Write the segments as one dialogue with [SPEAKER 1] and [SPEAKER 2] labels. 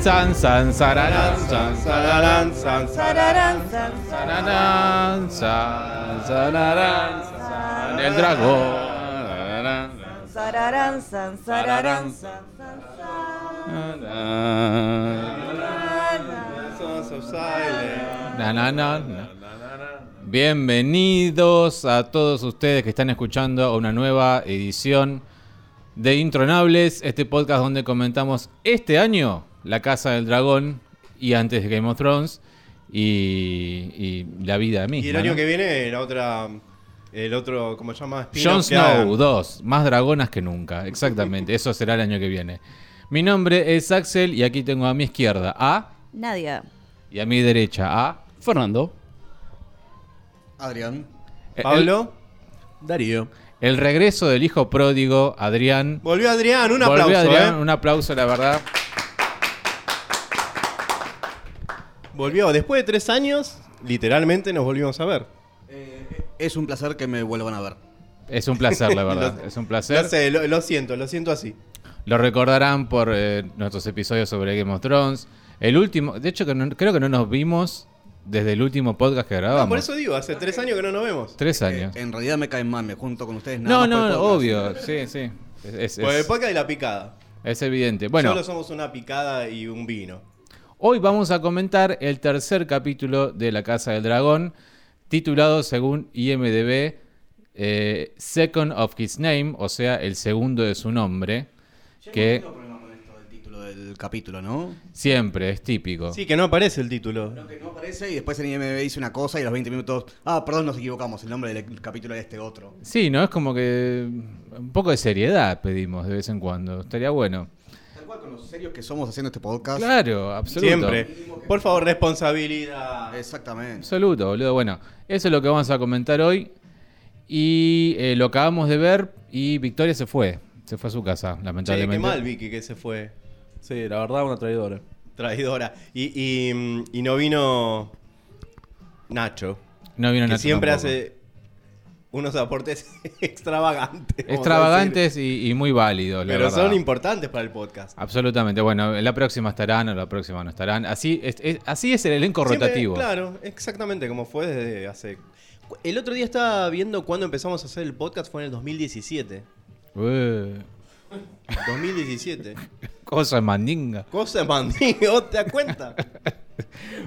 [SPEAKER 1] san, san, sararán, san, sararán, san,
[SPEAKER 2] Sararán, san,
[SPEAKER 1] sararán, san, sararán, san, el dragón.
[SPEAKER 2] sararán, san, sararán, san, san, sararán.
[SPEAKER 1] Na, na, na, na. Bienvenidos a todos ustedes que están escuchando a una nueva edición de Intronables, este podcast donde comentamos este año La Casa del Dragón y antes Game of Thrones y, y la vida misma.
[SPEAKER 3] Y el año
[SPEAKER 1] ¿no?
[SPEAKER 3] que viene, la otra. El otro, ¿cómo se llama? Spin-off
[SPEAKER 1] Jon
[SPEAKER 3] que hagan.
[SPEAKER 1] Snow 2, más dragonas que nunca, exactamente, eso será el año que viene. Mi nombre es Axel y aquí tengo a mi izquierda a
[SPEAKER 2] Nadia.
[SPEAKER 1] y a mi derecha a
[SPEAKER 4] Fernando.
[SPEAKER 5] Adrián.
[SPEAKER 1] el-
[SPEAKER 3] Pablo.
[SPEAKER 4] Darío.
[SPEAKER 1] Eh, el regreso del hijo pródigo Adrián
[SPEAKER 3] Volvió Adrián, un
[SPEAKER 1] Volvió
[SPEAKER 3] aplauso.
[SPEAKER 1] Adrián,
[SPEAKER 3] eh.
[SPEAKER 1] un aplauso, la verdad.
[SPEAKER 3] Volvió. Después de tres años, literalmente nos volvimos a ver.
[SPEAKER 5] es un placer que me vuelvan a ver.
[SPEAKER 1] Es un placer, la verdad.
[SPEAKER 3] Lo-
[SPEAKER 1] es un
[SPEAKER 3] Lo,
[SPEAKER 1] placer.
[SPEAKER 3] sé, lo- lo siento, lo siento así.
[SPEAKER 1] Lo recordarán por eh, nuestros episodios sobre Game of Thrones. El último, de hecho, que no- creo que no nos vimos desde el último podcast que grabamos.
[SPEAKER 3] No, Ah, por eso digo, hace tres años que no nos vemos.
[SPEAKER 1] Ah, Tres años.
[SPEAKER 5] Eh, en realidad me caen mal, me junto con ustedes.
[SPEAKER 1] no,
[SPEAKER 5] Nada
[SPEAKER 1] no,
[SPEAKER 5] más por el podcast.
[SPEAKER 1] obvio. Sí, sí. Es, es-
[SPEAKER 3] Por el
[SPEAKER 1] es-
[SPEAKER 3] podcast y la picada.
[SPEAKER 1] es evidente. Bueno,
[SPEAKER 3] Solo somos una picada y un vino.
[SPEAKER 1] hoy vamos a comentar el tercer capítulo de La Casa del Dragón, titulado según IMDB eh, Second of His Name, o sea, el segundo de su nombre,
[SPEAKER 5] No
[SPEAKER 1] que
[SPEAKER 5] tengo problema con esto del título del capítulo, ¿no?
[SPEAKER 1] siempre es típico.
[SPEAKER 3] Sí, que no aparece el título.
[SPEAKER 5] Lo que no aparece y después en IMDb dice una cosa y a los 20 minutos. Ah, perdón, nos equivocamos. El nombre del capítulo era este otro.
[SPEAKER 1] Sí, ¿no? Es como que un poco de seriedad pedimos de vez en cuando. Estaría bueno.
[SPEAKER 5] Tal cual con los serios que somos haciendo este podcast.
[SPEAKER 1] Claro, absoluto.
[SPEAKER 3] Siempre. Por favor, responsabilidad.
[SPEAKER 5] Exactamente.
[SPEAKER 1] Absoluto, boludo. Bueno, eso es lo que vamos a comentar hoy. Y eh, lo acabamos de ver y Victoria se fue. Se fue a su casa,
[SPEAKER 3] Che,
[SPEAKER 1] lamentablemente.
[SPEAKER 3] qué mal, Vicky, que se fue.
[SPEAKER 4] Sí, la verdad, una traidora.
[SPEAKER 3] Traidora. Y, y, mm, y no vino Nacho.
[SPEAKER 1] No vino
[SPEAKER 3] que
[SPEAKER 1] Nacho
[SPEAKER 3] siempre
[SPEAKER 1] tampoco.
[SPEAKER 3] hace unos aportes extravagantes. vamos a decir.
[SPEAKER 1] Extravagantes y, y muy válidos, la
[SPEAKER 3] Pero
[SPEAKER 1] verdad.
[SPEAKER 3] son importantes para el podcast.
[SPEAKER 1] Absolutamente. Bueno, la próxima estarán o la próxima no estarán. Así es, es- así es el elenco
[SPEAKER 3] Siempre,
[SPEAKER 1] rotativo.
[SPEAKER 3] claro, exactamente como fue desde hace... El otro día estaba viendo cuando empezamos a hacer el podcast, fue en el 2017.
[SPEAKER 1] Eh,
[SPEAKER 3] 2017.
[SPEAKER 1] cosa mandinga.
[SPEAKER 3] Cosa mandigo, ¿te das cuenta?
[SPEAKER 1] Ah.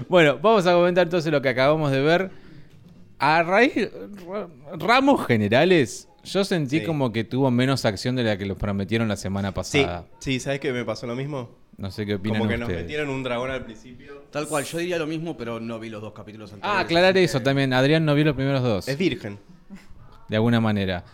[SPEAKER 1] Bueno, vamos a comentar entonces lo que acabamos de ver. A raíz ra- ramos generales, yo sentí
[SPEAKER 3] Sí.
[SPEAKER 1] como que tuvo menos acción de la que los prometieron la semana
[SPEAKER 3] Sí,
[SPEAKER 1] pasada.
[SPEAKER 3] sí, ¿sabes que me pasó lo mismo?
[SPEAKER 1] No sé qué opinan
[SPEAKER 3] Como que nos
[SPEAKER 1] ustedes.
[SPEAKER 3] metieron un dragón al principio.
[SPEAKER 5] Tal cual, yo diría lo mismo, pero no vi los dos capítulos anteriores.
[SPEAKER 1] Ah, aclarar
[SPEAKER 5] así
[SPEAKER 1] eso
[SPEAKER 5] que-
[SPEAKER 1] también. Adrián no vio los primeros dos,
[SPEAKER 3] Es virgen.
[SPEAKER 1] de alguna manera.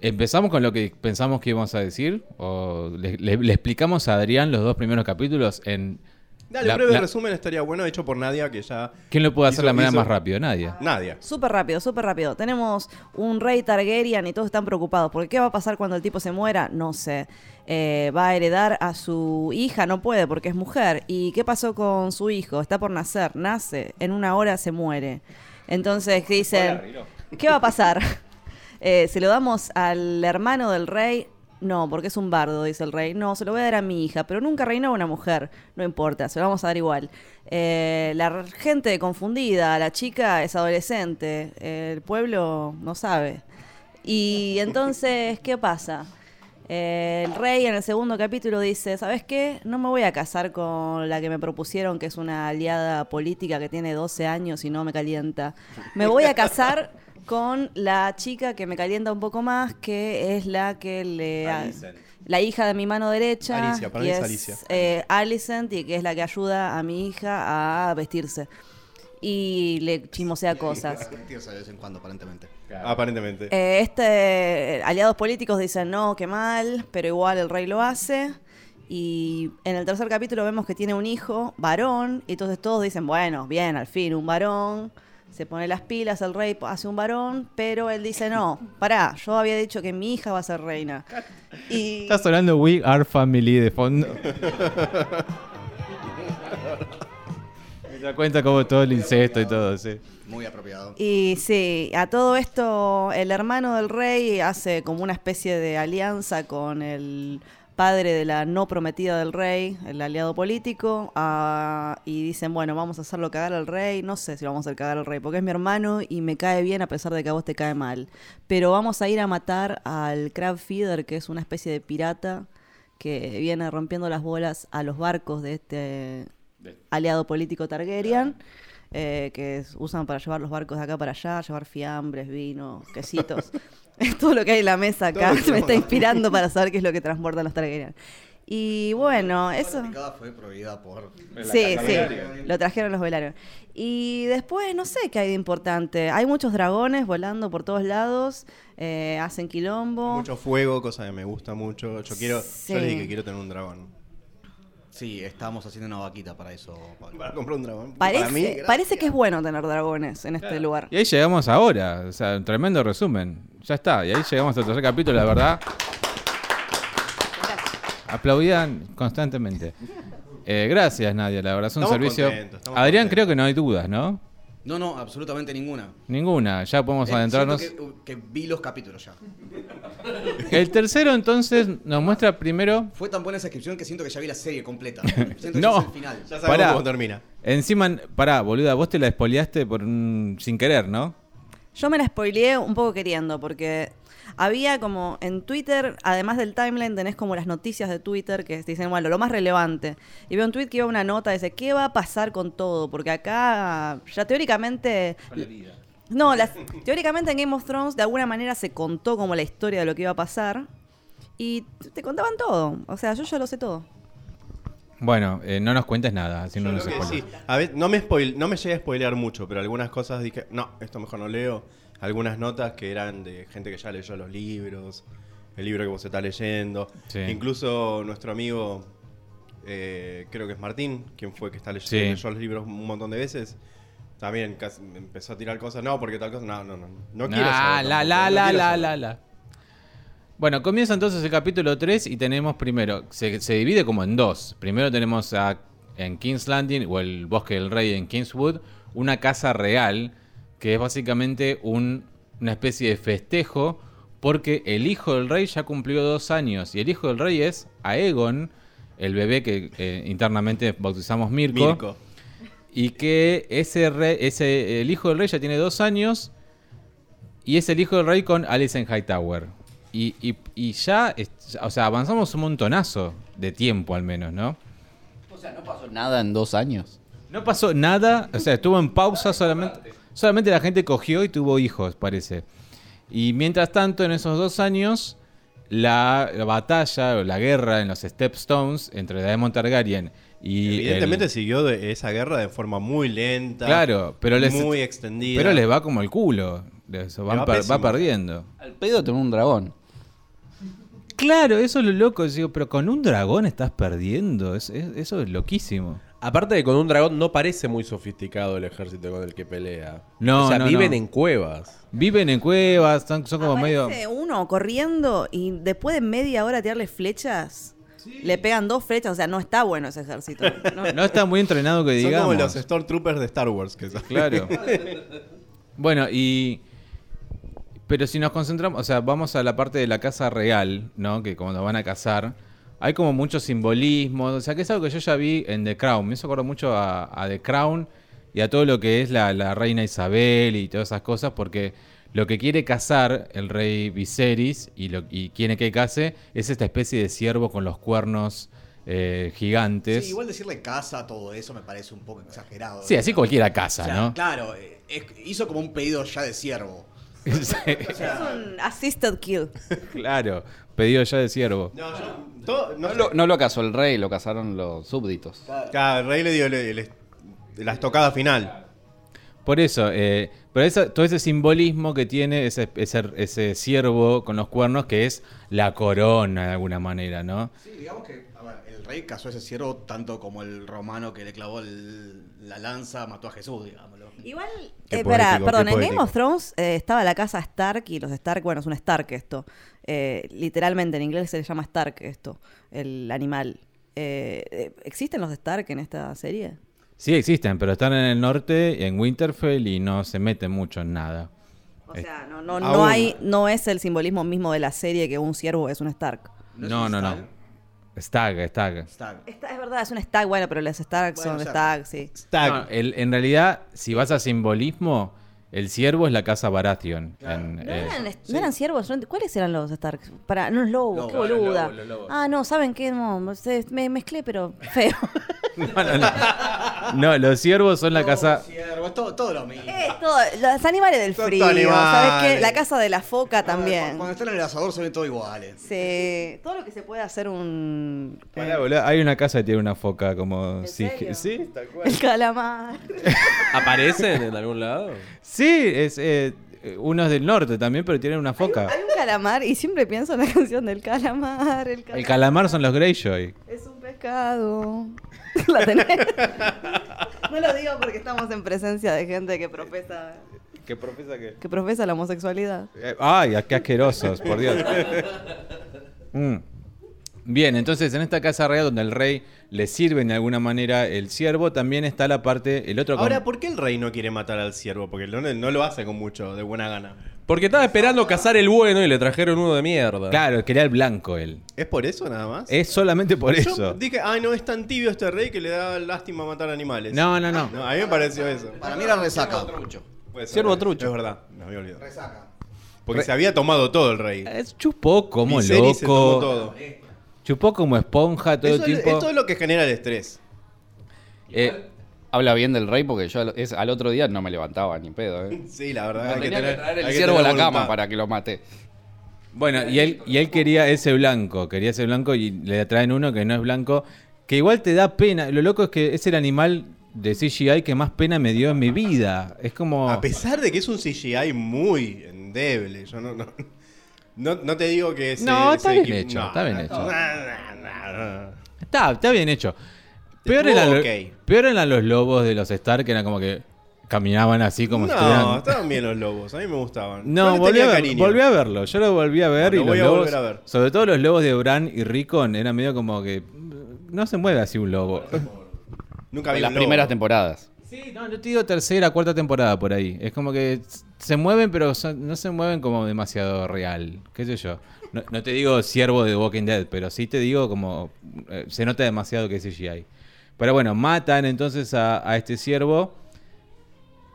[SPEAKER 1] ¿Empezamos con lo que pensamos que íbamos a decir? ¿O le, le- le explicamos a Adrián los dos primeros capítulos en...
[SPEAKER 3] Dale,
[SPEAKER 1] la-
[SPEAKER 3] breve
[SPEAKER 1] la-
[SPEAKER 3] resumen estaría bueno, hecho por Nadia, que ya...
[SPEAKER 1] ¿Quién lo puede hacer
[SPEAKER 3] Hizo-
[SPEAKER 1] de la manera
[SPEAKER 3] hizo-
[SPEAKER 1] más rápido? Nadie.
[SPEAKER 3] Nadia.
[SPEAKER 2] Súper rápido, súper rápido. Tenemos un rey Targaryen y todos están preocupados. ¿Por qué va a pasar cuando el tipo se muera? No sé. Eh, va a heredar a su hija, no puede porque es mujer. ¿Y qué pasó con su hijo? Está por nacer, nace, en una hora se muere. Entonces, ¿qué dicen? ¿Qué va a pasar? Eh, ¿Se lo damos al hermano del rey? No, porque es un bardo, dice el rey. No, se lo voy a dar a mi hija, pero nunca reinaba una mujer. No importa, se lo vamos a dar igual. Eh, la gente confundida, la chica es adolescente, el pueblo no sabe. Y entonces, ¿qué pasa? Eh, el rey en el segundo capítulo dice, ¿sabes qué? No me voy a casar con la que me propusieron, que es una aliada política que tiene 12 años y no me calienta. Me voy a casar con la chica que me calienta un poco más, que es la que le... La hija de mi mano derecha.
[SPEAKER 3] Alicia, para
[SPEAKER 2] y
[SPEAKER 3] mí es
[SPEAKER 2] es,
[SPEAKER 3] Alicia.
[SPEAKER 2] eh, Alicent, y que es la que ayuda a mi hija a vestirse. Y le chismosea cosas.
[SPEAKER 5] Divertirse de vez en cuando, aparentemente.
[SPEAKER 3] Aparentemente.
[SPEAKER 2] Eh, este, aliados políticos dicen no, qué mal, pero igual el rey lo hace. Y en el tercer capítulo vemos que tiene un hijo, varón, y entonces todos dicen, bueno, bien, al fin, un varón. Se pone las pilas, el rey hace un varón, pero él dice, no, pará, yo había dicho que mi hija va a ser reina. Y
[SPEAKER 1] Está sonando We Are Family de fondo. Me da cuenta como todo el incesto y todo, sí.
[SPEAKER 5] Muy apropiado.
[SPEAKER 2] Y sí, a todo esto el hermano del rey hace como una especie de alianza con el padre de la no prometida del rey, el aliado político, ah, y dicen, bueno, vamos a hacerlo cagar al rey, no sé si lo vamos a hacer cagar al rey, porque es mi hermano y me cae bien a pesar de que a vos te cae mal, pero vamos a ir a matar al crab feeder, que es una especie de pirata que viene rompiendo las bolas a los barcos de este aliado político Targaryen, eh, que es- usan para llevar los barcos de acá para allá, llevar fiambres, vino, quesitos. es todo lo que hay en la mesa acá.
[SPEAKER 3] Todo lo que
[SPEAKER 2] Me está
[SPEAKER 3] hay.
[SPEAKER 2] inspirando para saber qué es lo que transportan los Targaryen. Y bueno, eso...
[SPEAKER 5] La picada fue prohibida por.
[SPEAKER 2] Sí,
[SPEAKER 1] La
[SPEAKER 2] sí,
[SPEAKER 1] Candelaria.
[SPEAKER 2] lo trajeron los velarios. Y después, no sé qué hay de importante. Hay muchos dragones volando por todos lados, eh, hacen quilombo.
[SPEAKER 3] Mucho fuego, cosa que me gusta mucho. Yo quiero.
[SPEAKER 2] Sí.
[SPEAKER 3] Yo le dije que quiero tener un dragón.
[SPEAKER 5] Sí, estábamos haciendo una vaquita para eso, Pablo.
[SPEAKER 3] Para comprar un dragón.
[SPEAKER 2] Parece,
[SPEAKER 3] Para mí,
[SPEAKER 2] parece que es bueno tener dragones en este lugar.
[SPEAKER 1] Y ahí llegamos ahora, o sea, un tremendo resumen. Ya está, y ahí llegamos al tercer capítulo, la verdad. Aplaudían constantemente. Eh, gracias, Nadia, la verdad, es un
[SPEAKER 3] Estamos
[SPEAKER 1] servicio.
[SPEAKER 3] contentos, estamos
[SPEAKER 1] Adrián,
[SPEAKER 3] contentos.
[SPEAKER 1] creo que no hay dudas, ¿no?
[SPEAKER 5] No, no, absolutamente ninguna.
[SPEAKER 1] Ninguna, ya podemos
[SPEAKER 5] Eh,
[SPEAKER 1] adentrarnos.
[SPEAKER 5] siento Que, que vi los capítulos ya.
[SPEAKER 1] El tercero, entonces, nos muestra primero.
[SPEAKER 5] Fue tan buena esa descripción que siento que ya vi la serie completa. Siento que
[SPEAKER 1] No.
[SPEAKER 5] ya es el final.
[SPEAKER 3] Ya sabemos
[SPEAKER 1] Pará.
[SPEAKER 3] cómo termina.
[SPEAKER 1] Encima, pará, boluda, vos te la espoleaste por un- sin querer, ¿no?
[SPEAKER 2] Yo me la spoileé un poco queriendo, porque había como en Twitter, además del timeline, tenés como las noticias de Twitter que dicen, bueno, lo más relevante. Y veo un tweet que iba una nota, dice, ¿qué va a pasar con todo? Porque acá, ya teóricamente. No, las- teóricamente en Game of Thrones de alguna manera se contó como la historia de lo que iba a pasar. Y te contaban todo. O sea, yo ya lo sé todo.
[SPEAKER 1] Bueno, eh, no nos cuentes nada, así no
[SPEAKER 3] Yo
[SPEAKER 1] nos
[SPEAKER 3] creo que
[SPEAKER 1] spoileas.
[SPEAKER 3] sí. A ver, no me, spoil, no me llegué a spoilear mucho, pero algunas cosas dije, no, esto mejor no leo. Algunas notas que eran de gente que ya leyó los libros, el libro que vos estás leyendo.
[SPEAKER 1] Sí.
[SPEAKER 3] Incluso nuestro amigo, eh, creo que es Martín, quien fue que está leyendo
[SPEAKER 1] Sí.
[SPEAKER 3] leyó los libros un montón de veces. También casi me empezó a tirar cosas, no, porque tal cosa, no, no, no. No quiero
[SPEAKER 1] Ah,
[SPEAKER 3] saber
[SPEAKER 1] la, la,
[SPEAKER 3] tampoco, no
[SPEAKER 1] la,
[SPEAKER 3] quiero
[SPEAKER 1] la,
[SPEAKER 3] saber.
[SPEAKER 1] la, la. Bueno, comienza entonces el capítulo 3 y tenemos primero, se, se divide como en dos. Primero tenemos a, en King's Landing o el Bosque del Rey en Kingswood, una casa real que es básicamente un- una especie de festejo porque el hijo del rey ya cumplió dos años y el hijo del rey es Aegon, el bebé que eh, internamente bautizamos Mirko.
[SPEAKER 3] Mirko.
[SPEAKER 1] Y que ese re- ese, el hijo del rey ya tiene dos años y es el hijo del rey con Alice en Hightower. Y, y, y ya, es- o sea, avanzamos un montonazo de tiempo al menos, ¿no?
[SPEAKER 6] O sea, no pasó nada en dos años.
[SPEAKER 1] No pasó nada, o sea, estuvo en pausa solamente. Solamente la gente cogió y tuvo hijos, parece. Y mientras tanto, en esos dos años, la, la batalla o la guerra en los Stepstones entre Daemon Targaryen y. el-
[SPEAKER 3] Evidentemente siguió de esa guerra de forma muy lenta.
[SPEAKER 1] Claro, pero les-
[SPEAKER 3] Muy extendida.
[SPEAKER 1] Pero les va como el culo. Eso, van
[SPEAKER 3] va
[SPEAKER 1] per- va
[SPEAKER 3] pésimo.
[SPEAKER 1] perdiendo.
[SPEAKER 6] Al pedo tener un dragón.
[SPEAKER 1] Claro, eso es lo loco. yo Digo, pero con un dragón estás perdiendo. Es- es- eso es loquísimo.
[SPEAKER 4] Aparte de con un dragón no parece muy sofisticado el ejército con el que pelea.
[SPEAKER 1] No,
[SPEAKER 4] O sea,
[SPEAKER 1] no,
[SPEAKER 4] viven
[SPEAKER 1] no.
[SPEAKER 4] en cuevas.
[SPEAKER 1] Viven en cuevas, son, son como medio.
[SPEAKER 2] Aparece uno corriendo y después de media hora tirarle flechas, le pegan dos flechas. O sea, no está bueno ese ejército. No.
[SPEAKER 1] No está muy entrenado que
[SPEAKER 3] Son
[SPEAKER 1] digamos.
[SPEAKER 3] como los Stormtroopers de Star Wars. Que son.
[SPEAKER 1] Claro. Bueno, y. Pero si nos concentramos, o sea, vamos a la parte de la casa real, ¿no? Que cuando van a casar, hay como muchos simbolismos, o sea, que es algo que yo ya vi en The Crown. Me hizo acordar mucho a, a The Crown y a todo lo que es la, la reina Isabel y todas esas cosas, porque lo que quiere casar el rey Viserys y, lo, y quiere que case es esta especie de ciervo con los cuernos eh, gigantes.
[SPEAKER 5] Sí, igual decirle casa a todo eso me parece un poco exagerado.
[SPEAKER 1] Sí, así cualquiera casa,
[SPEAKER 5] O sea,
[SPEAKER 1] ¿no?
[SPEAKER 5] Claro, eh, es- hizo como un pedido ya de siervo. O
[SPEAKER 2] Es
[SPEAKER 5] sea,
[SPEAKER 2] un assisted kill.
[SPEAKER 1] claro, pedido ya de ciervo.
[SPEAKER 3] No, yo- todo- no
[SPEAKER 6] No
[SPEAKER 3] sé.
[SPEAKER 6] lo, no lo casó el rey, lo casaron los súbditos.
[SPEAKER 3] Claro, el Rey le dio el- el- la estocada final.
[SPEAKER 1] Por eso, eh, pero esa- todo ese simbolismo que tiene ese, ese, ese ciervo con los cuernos que es la corona de alguna manera, ¿no?
[SPEAKER 5] sí, digamos que a ver, el rey casó a ese siervo tanto como el romano que le clavó el- la lanza mató a Jesús, digámoslo.
[SPEAKER 2] Igual,
[SPEAKER 3] Qué
[SPEAKER 2] eh, pará,
[SPEAKER 3] poético,
[SPEAKER 2] perdón,
[SPEAKER 3] qué
[SPEAKER 2] en
[SPEAKER 3] poético.
[SPEAKER 2] Game of Thrones eh, estaba la casa Stark y los Stark, bueno, es un Stark esto. Eh, literalmente en inglés se le llama Stark esto, el animal. Eh, eh, ¿Existen los Stark en esta serie?
[SPEAKER 1] Sí existen, pero están en el norte, en Winterfell y no se meten mucho en nada.
[SPEAKER 2] O
[SPEAKER 1] Eh,
[SPEAKER 2] sea, no, no, no
[SPEAKER 3] aún.
[SPEAKER 2] hay, no es el simbolismo mismo de la serie que un ciervo es un Stark.
[SPEAKER 1] no, no, no. Stag, Stag.
[SPEAKER 5] Stag.
[SPEAKER 2] Esta- es verdad, es un stag, bueno, pero las stags
[SPEAKER 5] Bueno,
[SPEAKER 2] son
[SPEAKER 5] ya.
[SPEAKER 2] stags, sí.
[SPEAKER 1] No, el- en realidad, si vas a simbolismo, el ciervo es la casa Baratheon. en-
[SPEAKER 2] ¿No
[SPEAKER 1] eh,
[SPEAKER 2] eran, no eran ciervos? ¿No? ¿Cuáles eran los Starks? Para, no, los lobos,
[SPEAKER 5] Lobos,
[SPEAKER 2] qué
[SPEAKER 5] los
[SPEAKER 2] boluda.
[SPEAKER 1] lobos, los lobos.
[SPEAKER 2] Ah, no, ¿saben qué? No, se- me mezclé, pero feo.
[SPEAKER 1] no, no, no. No, los ciervos son la casa.
[SPEAKER 5] Ciervo, es todo, todo lo mismo.
[SPEAKER 2] Eh, todo, los animales del
[SPEAKER 3] Son
[SPEAKER 2] frío,
[SPEAKER 3] todos
[SPEAKER 2] ¿sabes qué?
[SPEAKER 3] animales.
[SPEAKER 2] La casa de la foca
[SPEAKER 5] Cuando-
[SPEAKER 2] también.
[SPEAKER 5] Cuando están en el asador se ven todos iguales.
[SPEAKER 2] Sí, todo lo que se puede hacer un... eh,
[SPEAKER 1] Pará, boludo, Hay una casa que tiene una foca como.
[SPEAKER 2] ¿En
[SPEAKER 1] sí,
[SPEAKER 2] serio?
[SPEAKER 1] sí,
[SPEAKER 2] El calamar.
[SPEAKER 4] ¿Aparecen en algún lado?
[SPEAKER 1] Sí, es, eh, uno es del norte también, pero tienen una foca.
[SPEAKER 2] Hay un calamar y siempre pienso en la canción del calamar. El calamar
[SPEAKER 1] El calamar son los Greyjoy.
[SPEAKER 2] es un pescado. la tenés. no lo digo porque estamos en presencia de gente que profesa,
[SPEAKER 1] ¿Qué profesa que?
[SPEAKER 2] que profesa la homosexualidad.
[SPEAKER 1] Eh, ay, qué asquerosos, por Dios. Mm. Bien, entonces en esta casa real donde el rey le sirve de alguna manera el ciervo, también está la parte, el otro... com-
[SPEAKER 3] Ahora, ¿por qué el rey no quiere matar al ciervo? Porque no, no lo hace con mucho, de buena gana.
[SPEAKER 4] Porque estaba esperando cazar el bueno y le trajeron uno de mierda.
[SPEAKER 1] Claro, quería el blanco él.
[SPEAKER 3] ¿Es por eso nada más?
[SPEAKER 1] Es solamente por
[SPEAKER 3] Yo
[SPEAKER 1] eso.
[SPEAKER 3] dije, ay, no, es tan tibio este rey que le da lástima matar animales.
[SPEAKER 1] No, no, no.
[SPEAKER 3] No, a mí me pareció eso.
[SPEAKER 5] Para mí era resaca.
[SPEAKER 3] Puede ser,
[SPEAKER 4] Ciervo
[SPEAKER 3] es-
[SPEAKER 4] trucho.
[SPEAKER 3] Es verdad, me había olvidado.
[SPEAKER 5] Resaca.
[SPEAKER 3] Porque se había tomado todo el rey.
[SPEAKER 1] Es- chupó como
[SPEAKER 3] Viserys se tomó
[SPEAKER 1] loco.
[SPEAKER 3] todo.
[SPEAKER 1] Chupó como esponja todo
[SPEAKER 3] Eso
[SPEAKER 1] el
[SPEAKER 3] es-
[SPEAKER 1] tiempo.
[SPEAKER 3] esto es lo que genera el estrés.
[SPEAKER 6] Eh, habla bien del rey porque yo al, es- al otro día no me levantaba ni pedo, ¿eh?
[SPEAKER 3] Sí, la verdad.
[SPEAKER 6] No,
[SPEAKER 3] hay que
[SPEAKER 6] tenía que
[SPEAKER 3] tener,
[SPEAKER 6] traer
[SPEAKER 3] hay
[SPEAKER 6] el
[SPEAKER 3] que
[SPEAKER 6] ciervo a
[SPEAKER 3] tener
[SPEAKER 6] la cama
[SPEAKER 3] voluntad.
[SPEAKER 6] para que lo mate.
[SPEAKER 1] Bueno, y él, y él quería ese blanco, quería ese blanco y le traen uno que no es blanco, que igual te da pena. Lo loco es que es el animal de CGI que más pena me dio en mi vida. Es como...
[SPEAKER 3] A pesar de que es un CGI muy endeble, yo no, no, no, no te digo que se-
[SPEAKER 1] No, está
[SPEAKER 3] se
[SPEAKER 1] bien
[SPEAKER 3] equi-
[SPEAKER 1] hecho,
[SPEAKER 3] no,
[SPEAKER 1] está bien hecho.
[SPEAKER 3] no, no, no, no.
[SPEAKER 1] Está, está bien hecho. Peor
[SPEAKER 3] Estuvo
[SPEAKER 1] eran, lo-
[SPEAKER 3] ok.
[SPEAKER 1] peor eran los lobos de los Stark, que eran como que caminaban así como si
[SPEAKER 3] No,
[SPEAKER 1] estuvieran-
[SPEAKER 3] estaban bien los lobos, a mí me gustaban.
[SPEAKER 1] No,
[SPEAKER 3] Yo le
[SPEAKER 1] volví
[SPEAKER 3] tenía
[SPEAKER 1] a, ver-
[SPEAKER 3] cariño.
[SPEAKER 1] volví a verlo. Yo lo volví a ver
[SPEAKER 3] No, lo
[SPEAKER 1] y
[SPEAKER 3] voy
[SPEAKER 1] los
[SPEAKER 3] a
[SPEAKER 1] lobos,
[SPEAKER 3] volver a ver.
[SPEAKER 1] sobre todo los lobos de Bran y Rickon, eran medio como que mm, no se mueve así un lobo.
[SPEAKER 3] Nunca vi
[SPEAKER 6] En las
[SPEAKER 3] un lobo.
[SPEAKER 6] primeras temporadas.
[SPEAKER 1] Sí, no, yo te digo tercera, cuarta temporada por ahí. Es como que s- se mueven, pero son- no se mueven como demasiado real. ¿Qué sé yo? No, no te digo siervo de Walking Dead, pero sí te digo como. eh, se nota demasiado que es CGI. Pero bueno, matan entonces a, a este siervo.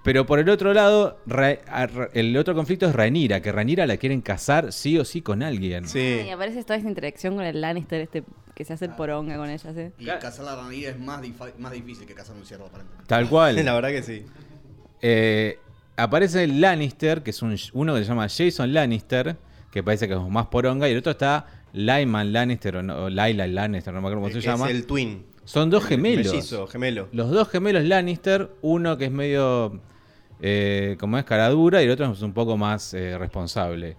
[SPEAKER 1] Pero por el otro lado, Ra- a Ra- el otro conflicto es Ranira, que Ranira la quieren casar sí o sí con alguien.
[SPEAKER 3] Sí.
[SPEAKER 2] Y aparece toda esta interacción con el Lannister este que se hace el poronga con ella, ¿sí?
[SPEAKER 5] Y cazar la ranilla es más, difa- más difícil que cazar un ciervo, aparentemente.
[SPEAKER 1] Tal cual.
[SPEAKER 3] La verdad que sí.
[SPEAKER 1] Eh, aparece Lannister, que es un- uno que se llama Jason Lannister, que parece que es más poronga, y el otro está Lyman Lannister o, no, o Lyla Lannister, no me acuerdo cómo se
[SPEAKER 3] Es
[SPEAKER 1] llama.
[SPEAKER 3] el twin.
[SPEAKER 1] Son dos
[SPEAKER 3] El
[SPEAKER 1] gemelos.
[SPEAKER 3] Mellizo, gemelo.
[SPEAKER 1] Los dos gemelos Lannister, uno que es medio eh, como es caradura y el otro es un poco más eh, responsable.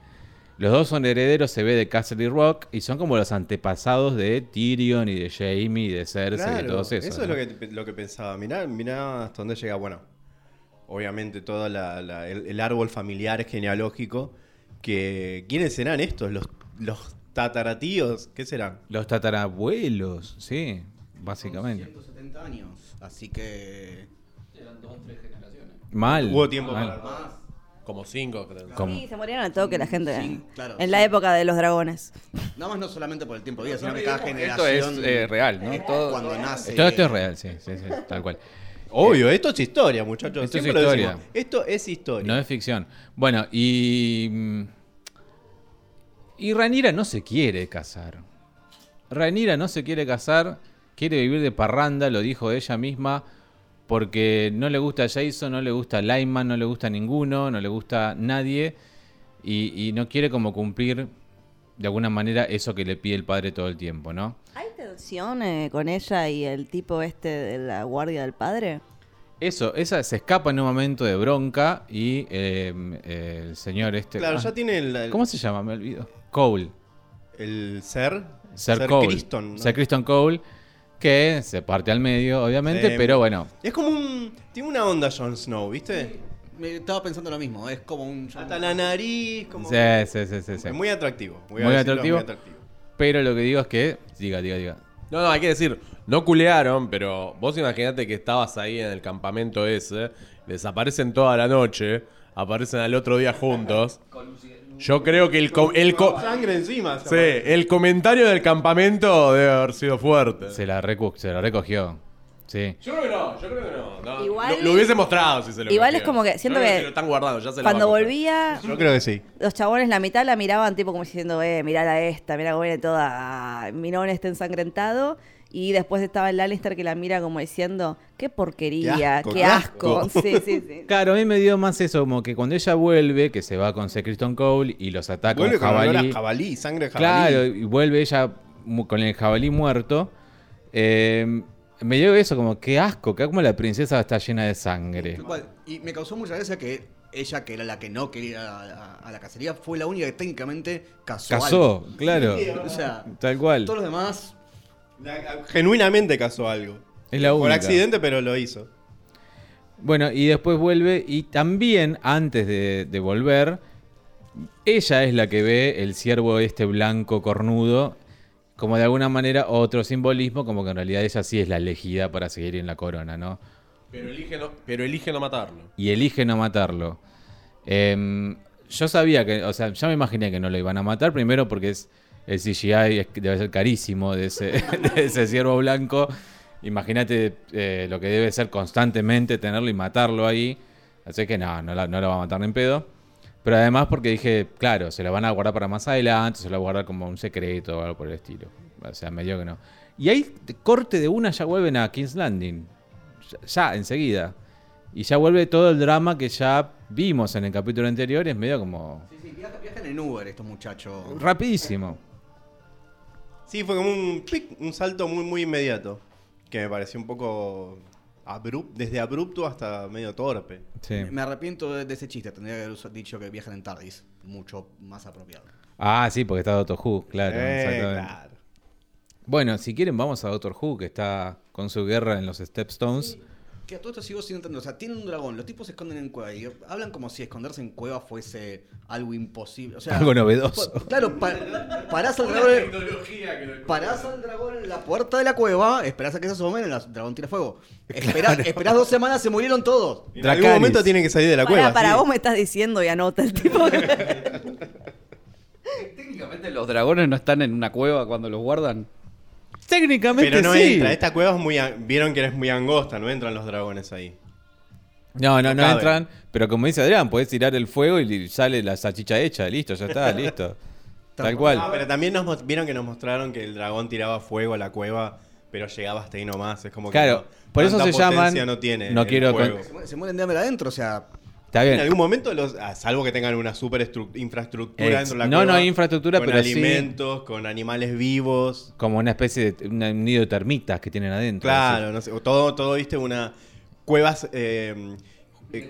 [SPEAKER 1] Los dos son herederos, se ve, de Castle Rock y son como los antepasados de Tyrion y de Jaime y de Cersei y de
[SPEAKER 3] Claro,
[SPEAKER 1] todos esos.
[SPEAKER 3] eso es
[SPEAKER 1] ¿no?
[SPEAKER 3] lo que, lo que pensaba. Mirá, mirá hasta dónde llega. Bueno, obviamente todo la, la- el, el árbol familiar genealógico. Que, ¿Quiénes serán estos? ¿Los, los tataratíos? ¿Qué serán?
[SPEAKER 1] Los tatarabuelos, sí, básicamente.
[SPEAKER 5] 170 años. Así que.
[SPEAKER 1] Mal.
[SPEAKER 3] Hubo tiempo
[SPEAKER 1] mal.
[SPEAKER 3] para...
[SPEAKER 5] Más.
[SPEAKER 4] Como cinco, creo.
[SPEAKER 1] Como-
[SPEAKER 2] Sí, se murieron al toque la gente.
[SPEAKER 5] Mm,
[SPEAKER 2] ¿eh?
[SPEAKER 5] Sí, claro.
[SPEAKER 2] en la época de los dragones.
[SPEAKER 5] Nada más no solamente por el tiempo de vida, sino que cada
[SPEAKER 6] Esto
[SPEAKER 5] generación.
[SPEAKER 6] es eh, real, ¿no? Todo-
[SPEAKER 5] cuando nace.
[SPEAKER 1] Todo esto es real, sí, sí, sí, tal cual.
[SPEAKER 3] Obvio, esto es historia, muchachos.
[SPEAKER 1] Esto es
[SPEAKER 3] Siempre lo
[SPEAKER 1] historia.
[SPEAKER 3] decimos. Esto es historia.
[SPEAKER 1] Eh, No es ficción. Bueno, y. mm, Y Ranira no se quiere casar. Ranira no se quiere casar, quiere vivir de parranda, lo dijo ella misma, porque no le gusta Jason, no le gusta Lyman, no le gusta ninguno, no le gusta nadie, y, y no quiere como cumplir de alguna manera eso que le pide el padre todo el tiempo, ¿no?
[SPEAKER 2] ¿Hay tensión eh, con ella y el tipo este de la guardia del padre?
[SPEAKER 1] Eso, esa se escapa en un momento de bronca y eh, eh, el señor este...
[SPEAKER 3] Claro,
[SPEAKER 1] ah,
[SPEAKER 3] ya tiene el, el,
[SPEAKER 1] ¿Cómo se llama? Me olvido. Cole.
[SPEAKER 3] el ser.
[SPEAKER 1] Ser, Cole.
[SPEAKER 3] Criston, ¿no?
[SPEAKER 1] Ser Criston Cole, que se parte al medio, obviamente,
[SPEAKER 3] Sí.
[SPEAKER 1] pero bueno.
[SPEAKER 3] Es como un. Tiene una onda Jon Snow, ¿viste?
[SPEAKER 5] Me estaba pensando lo mismo, es como un.
[SPEAKER 3] Hasta la nariz, como.
[SPEAKER 1] Sí, sí, sí, sí, sí.
[SPEAKER 3] Es muy atractivo. voy a
[SPEAKER 1] Muy
[SPEAKER 3] decirlo,
[SPEAKER 1] atractivo.
[SPEAKER 3] muy atractivo.
[SPEAKER 1] Pero lo que digo es que... Diga, diga, diga.
[SPEAKER 4] No, no, hay que decir, no culearon, pero vos imaginate que estabas ahí en el campamento ese, desaparecen toda la noche, aparecen al otro día juntos. Yo creo que el, co- el, co-
[SPEAKER 3] Sangre encima.
[SPEAKER 4] sí, el comentario del campamento debe haber sido fuerte.
[SPEAKER 1] Se la, recu- se la recogió. Sí.
[SPEAKER 4] Yo creo que no, yo creo que no. no.
[SPEAKER 2] Igual-
[SPEAKER 4] lo, lo hubiese mostrado si se lo
[SPEAKER 2] Igual
[SPEAKER 4] cogía.
[SPEAKER 2] es como que siento
[SPEAKER 4] Yo creo
[SPEAKER 2] que
[SPEAKER 4] lo están guardando, ya se lo
[SPEAKER 2] Cuando
[SPEAKER 4] va a
[SPEAKER 2] volvía,
[SPEAKER 3] Yo creo que sí.
[SPEAKER 2] los chabones la mitad la miraban tipo como diciendo, eh, mirá a esta, mirá cómo viene toda, ah, mi nona está ensangrentado. Y después estaba el Lannister que la mira como diciendo, qué porquería,
[SPEAKER 3] Qué
[SPEAKER 2] qué asco.
[SPEAKER 3] asco, qué asco.
[SPEAKER 2] Sí, sí, sí.
[SPEAKER 1] Claro, a mí me dio más eso, como que cuando ella vuelve, que se va con Secreton Cole y los ataca un
[SPEAKER 3] Vuelve con olor
[SPEAKER 1] jabalí.
[SPEAKER 3] a jabalí, sangre de jabalí.
[SPEAKER 1] Claro, y vuelve ella mu- con el jabalí muerto. Eh, me dio eso, como que asco, que como la princesa está llena de sangre.
[SPEAKER 5] Tal cual. Y me causó mucha gracia que ella, que era la que no quería ir a, a- a la cacería, fue la única que técnicamente cazó. algo.
[SPEAKER 1] Casó, claro.
[SPEAKER 5] O sea,
[SPEAKER 1] Tal cual.
[SPEAKER 5] todos los demás.
[SPEAKER 3] La- Genuinamente cazó algo.
[SPEAKER 1] Es la
[SPEAKER 3] Por
[SPEAKER 1] única.
[SPEAKER 3] accidente, pero lo hizo.
[SPEAKER 1] Bueno, y después vuelve y también antes de, de volver, ella es la que ve el ciervo este blanco cornudo, como de alguna manera otro simbolismo, como que en realidad ella sí es la elegida para seguir en la corona, ¿no?
[SPEAKER 4] matar. Pero elige no, pero elige no matarlo.
[SPEAKER 1] y elige no matarlo. Em, yo sabía que, o sea, ya me imaginé que no lo iban a matar, primero porque es el CGI es- debe ser carísimo de ese, de ese ciervo blanco. Imagínate eh, lo que debe ser constantemente tenerlo y matarlo ahí. Así que no, no, la- no lo va a matar ni en pedo. Pero además porque dije, claro, se lo van a guardar para más adelante, se lo va a guardar como un secreto o algo por el estilo. O sea, medio que no. Y ahí, de corte de una, ya vuelven a King's Landing. Ya, ya, enseguida. Y ya vuelve todo el drama que ya vimos en el capítulo anterior, es medio como...
[SPEAKER 5] Sí, sí, viaja- viajan en Uber estos muchachos.
[SPEAKER 1] Rapidísimo.
[SPEAKER 3] Sí, fue como un, clic, un salto muy, muy inmediato. Que me pareció un poco abrup- desde abrupto hasta medio torpe.
[SPEAKER 1] Sí.
[SPEAKER 5] Me arrepiento de, de ese chiste, tendría que haber usa- dicho que viajan en TARDIS. Mucho más apropiado.
[SPEAKER 1] Ah, sí, porque está Doctor Who, claro.
[SPEAKER 3] Eh,
[SPEAKER 1] exactamente.
[SPEAKER 3] claro.
[SPEAKER 1] Bueno, si quieren vamos a Doctor Who, que está con su guerra en los Stepstones.
[SPEAKER 5] Que a todo esto sigo sin entender. O sea, tienen un dragón, los tipos se esconden en cueva. Y hablan como si esconderse en cueva fuese algo imposible. O sea,
[SPEAKER 1] Algo novedoso.
[SPEAKER 5] pa- claro, pa- parás al dragón. en- Parás al dragón en la puerta de la cueva, esperás a que se asomen, el dragón tira fuego. Esperás, esperás dos semanas, se murieron todos.
[SPEAKER 3] En
[SPEAKER 1] Dracarys.
[SPEAKER 3] algún momento tienen que salir de la
[SPEAKER 2] Para,
[SPEAKER 3] cueva.
[SPEAKER 2] para
[SPEAKER 3] sí.
[SPEAKER 2] vos me estás diciendo y anota el tipo.
[SPEAKER 6] Eh, Técnicamente los dragones no están en una cueva cuando los guardan.
[SPEAKER 1] Técnicamente
[SPEAKER 3] Pero no
[SPEAKER 1] sí.
[SPEAKER 3] entra. eh. Esta cueva es muy. an- Vieron que es muy angosta, no entran los dragones ahí.
[SPEAKER 1] No, no, no
[SPEAKER 3] cabe.
[SPEAKER 1] entran. Pero como dice Adrián, podés tirar el fuego y sale la salchicha hecha. Listo, ya está, listo. Tal
[SPEAKER 3] Ah,
[SPEAKER 1] cual.
[SPEAKER 3] pero también nos mos- vieron que nos mostraron que el dragón tiraba fuego a la cueva, pero llegaba hasta ahí nomás. Es como que
[SPEAKER 1] Claro,
[SPEAKER 3] no-
[SPEAKER 1] por eso
[SPEAKER 3] tanta
[SPEAKER 1] se llaman-
[SPEAKER 3] potencia No, tiene
[SPEAKER 1] no
[SPEAKER 3] el
[SPEAKER 1] quiero
[SPEAKER 3] fuego.
[SPEAKER 5] Se, mu- se mueren de hambre adentro, o sea,
[SPEAKER 1] Está
[SPEAKER 3] En
[SPEAKER 1] bien.
[SPEAKER 3] algún momento, los, a salvo que tengan una super estru- infraestructura
[SPEAKER 1] Ex-
[SPEAKER 3] dentro de la
[SPEAKER 1] no,
[SPEAKER 3] cueva.
[SPEAKER 1] no hay infraestructura,
[SPEAKER 3] con
[SPEAKER 1] pero sí-
[SPEAKER 3] alimentos, con animales vivos.
[SPEAKER 1] Como una especie de un nido de termitas que tienen adentro.
[SPEAKER 3] Claro, no sé, o todo, todo viste una cuevas eh, eh,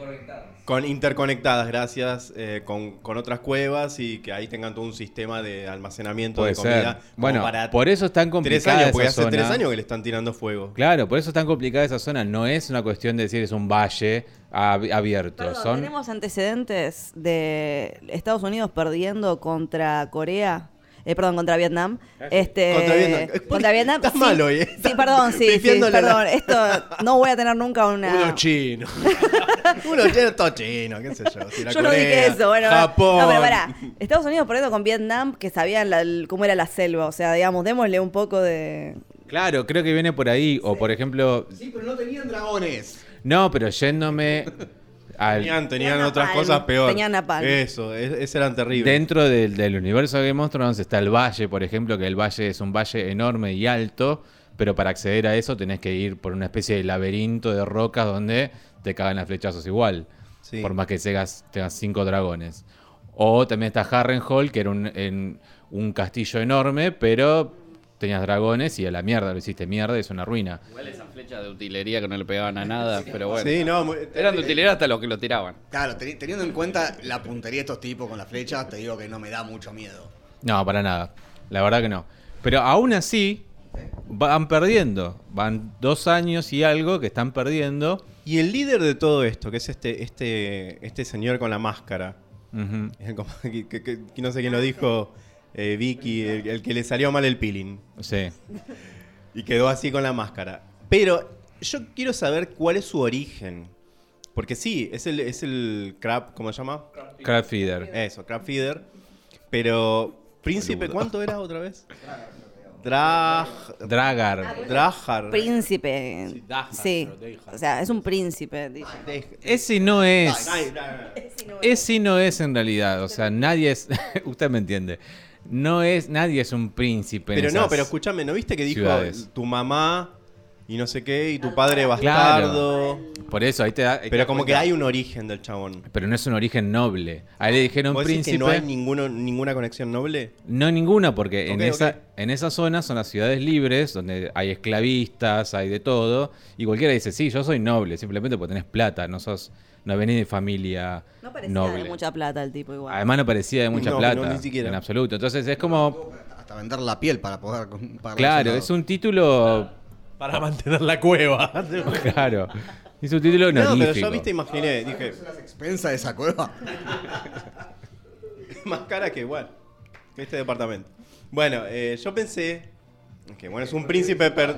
[SPEAKER 3] con interconectadas, gracias, eh, con, con otras cuevas y que ahí tengan todo un sistema de almacenamiento
[SPEAKER 1] Puede
[SPEAKER 3] de comida.
[SPEAKER 1] ser.
[SPEAKER 3] como
[SPEAKER 1] Bueno,
[SPEAKER 3] para
[SPEAKER 1] por eso es tan
[SPEAKER 3] tres
[SPEAKER 1] complicada
[SPEAKER 3] años,
[SPEAKER 1] esa
[SPEAKER 3] porque hace
[SPEAKER 1] zona.
[SPEAKER 3] tres años que le están tirando fuego.
[SPEAKER 1] Claro, por eso es tan complicada esa zona. No es una cuestión de decir es un valle ab- abierto.
[SPEAKER 2] Perdón,
[SPEAKER 1] Son...
[SPEAKER 2] Tenemos antecedentes de Estados Unidos perdiendo contra Corea. eh, perdón, contra Vietnam. Este,
[SPEAKER 3] Contra Vietnam. Eh, ¿Por
[SPEAKER 2] contra
[SPEAKER 3] qué?
[SPEAKER 2] Vietnam,
[SPEAKER 3] Estás
[SPEAKER 2] sí.
[SPEAKER 3] mal hoy, eh.
[SPEAKER 2] Sí, perdón, sí, sí,
[SPEAKER 3] Pifiándole la-
[SPEAKER 2] perdón. Esto no voy a tener nunca una.
[SPEAKER 4] Uno chino.
[SPEAKER 3] Uno lleno, todo chino, qué sé yo. si la
[SPEAKER 2] Yo no dije
[SPEAKER 3] Corea,
[SPEAKER 2] eso, bueno.
[SPEAKER 3] Japón.
[SPEAKER 2] No, pero pará. Estados Unidos perdiendo con Vietnam, que sabían la- el- cómo era la selva. O sea, digamos, démosle un poco de.
[SPEAKER 1] Claro, creo que viene por ahí. O por ejemplo,
[SPEAKER 5] sí, pero no tenían dragones.
[SPEAKER 1] no, pero yéndome al,
[SPEAKER 3] Tenían, tenían
[SPEAKER 2] Tenían
[SPEAKER 3] otras
[SPEAKER 2] napalm,
[SPEAKER 3] cosas peor.
[SPEAKER 2] tenían napalm.
[SPEAKER 3] Eso, es- ese eran terribles.
[SPEAKER 1] dentro del, del universo de Game of Thrones está el valle, por ejemplo, que el valle es un valle enorme y alto, pero para acceder a eso tenés que ir por una especie de laberinto de rocas donde te cagan las flechazos igual.
[SPEAKER 3] Sí.
[SPEAKER 1] Por más que tengas, tengas cinco dragones. O también está Harrenhal, que era un, en- un castillo enorme, pero tenías dragones y a la mierda lo hiciste mierda y es una ruina.
[SPEAKER 6] Igual esas flechas de utilería que no le pegaban a nada, pero bueno.
[SPEAKER 3] Sí, no, muy- eh,
[SPEAKER 6] Eran de utilería hasta los que lo tiraban.
[SPEAKER 5] Claro, teni- teniendo en cuenta la puntería de estos tipos con las flechas, te digo que no me da mucho miedo.
[SPEAKER 1] No, para nada. La verdad que no. Pero aún así, van perdiendo. Van dos años y algo que están perdiendo.
[SPEAKER 3] Y el líder de todo esto, que es este, este, este señor con la máscara,
[SPEAKER 1] Ujú.
[SPEAKER 3] como que- que- que- que no sé quién lo dijo, eh, Vicky, el, el que le salió mal el peeling
[SPEAKER 1] Sí.
[SPEAKER 3] y quedó así con la máscara. Pero yo quiero saber cuál es su origen. Porque sí, es el, es el crab, ¿cómo se llama?
[SPEAKER 1] Crab Feeder.
[SPEAKER 3] Eso, crab feeder. Pero, príncipe, ¿cuánto era otra vez? Draj...
[SPEAKER 1] Dragar.
[SPEAKER 3] Drajar.
[SPEAKER 2] Príncipe. Sí.
[SPEAKER 4] Daja, pero te dije.
[SPEAKER 2] O sea, es un príncipe. dije.
[SPEAKER 1] Ese no es.
[SPEAKER 3] Ay, ay, ay.
[SPEAKER 1] Ese no es en realidad. O sea, nadie es. usted me entiende. No es. Nadie es un príncipe. en
[SPEAKER 3] Pero no,
[SPEAKER 1] esas-
[SPEAKER 3] pero escúchame, ¿no viste que dijo
[SPEAKER 1] ciudades.
[SPEAKER 3] tu mamá y no sé qué, y tu padre bastardo?
[SPEAKER 1] Por eso, ahí te da. ahí te
[SPEAKER 3] Pero
[SPEAKER 1] das
[SPEAKER 3] como que
[SPEAKER 1] cuenta.
[SPEAKER 3] hay un origen del chabón.
[SPEAKER 1] Pero no es un origen noble. Ahí le dijeron
[SPEAKER 3] ¿Vos decís
[SPEAKER 1] príncipe.
[SPEAKER 3] que no hay ninguno, ninguna conexión noble?
[SPEAKER 1] No ninguna, porque en,
[SPEAKER 3] Ok,
[SPEAKER 1] esa,
[SPEAKER 3] ok.
[SPEAKER 1] en esa zona son las ciudades libres, donde hay esclavistas, hay de todo, y cualquiera dice, sí, yo soy noble, simplemente porque tenés plata, no sos, no venís de familia
[SPEAKER 2] No parecía
[SPEAKER 1] noble.
[SPEAKER 2] de mucha plata el tipo igual.
[SPEAKER 1] Además no parecía de mucha
[SPEAKER 3] No,
[SPEAKER 1] plata,
[SPEAKER 3] no, ni siquiera.
[SPEAKER 1] en absoluto. Entonces es como,
[SPEAKER 5] Hasta vender la piel para poder. con- para
[SPEAKER 1] claro,
[SPEAKER 5] relacionado.
[SPEAKER 1] es un título,
[SPEAKER 4] Para mantener la cueva.
[SPEAKER 1] claro, es un título
[SPEAKER 3] No,
[SPEAKER 1] honorífico.
[SPEAKER 3] pero yo viste, imaginé, dije,
[SPEAKER 5] las expensas de esa cueva.
[SPEAKER 3] más cara que igual, que este departamento. Bueno, eh, yo pensé que bueno, es un príncipe per-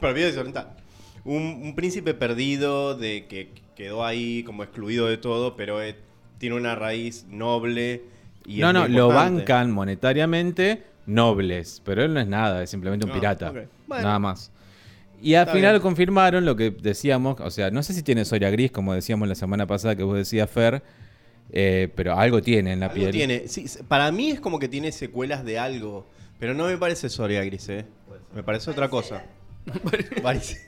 [SPEAKER 3] perdido y desorientado. Un, un príncipe perdido de que quedó ahí como excluido de todo, pero eh, tiene una raíz noble. Y
[SPEAKER 1] no,
[SPEAKER 3] es
[SPEAKER 1] no,
[SPEAKER 3] muy
[SPEAKER 1] lo
[SPEAKER 3] importante.
[SPEAKER 1] bancan monetariamente nobles, pero él no es nada, es simplemente un
[SPEAKER 3] Ah,
[SPEAKER 1] pirata,
[SPEAKER 3] ok. Bueno.
[SPEAKER 1] nada más. Y al
[SPEAKER 3] Está
[SPEAKER 1] final
[SPEAKER 3] bien.
[SPEAKER 1] confirmaron lo que decíamos, o sea, no sé si tiene Soria Gris, como decíamos la semana pasada que vos decías, Fer, eh, pero algo tiene en la
[SPEAKER 3] Algo
[SPEAKER 1] piel.
[SPEAKER 3] tiene. Sí, s- para mí es como que tiene secuelas de algo, pero no me parece Soria Gris, ¿eh? Me parece otra cosa. Parece-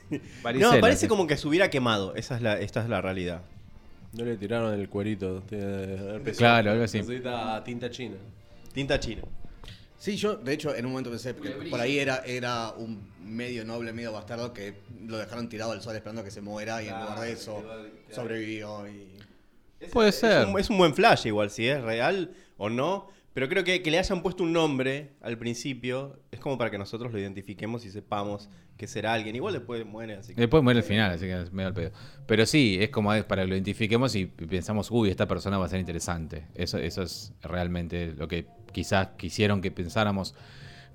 [SPEAKER 1] Varicela,
[SPEAKER 3] no, parece
[SPEAKER 1] sí.
[SPEAKER 3] como que se hubiera quemado. Esa es la, esta es la realidad.
[SPEAKER 4] No le tiraron el cuerito. tiene- eh,
[SPEAKER 1] Claro, algo así.
[SPEAKER 4] Necesita tinta china.
[SPEAKER 3] Tinta china.
[SPEAKER 5] Sí, yo, de hecho, en un momento pensé que por ahí era, era un medio noble, medio bastardo que lo dejaron tirado al sol esperando que se muera y en lugar de eso sobrevivió. Y...
[SPEAKER 1] Puede ser.
[SPEAKER 3] Es un, es un buen flash igual, si es real o no. Pero creo que que le hayan puesto un nombre al principio es como para que nosotros lo identifiquemos y sepamos que será alguien. Igual después muere, así que...
[SPEAKER 1] Después muere el final, así que es medio al pedo. Pero sí, es como es para que lo identifiquemos y pensamos, uy, esta persona va a ser interesante. Eso, eso es realmente lo que quizás quisieron que pensáramos.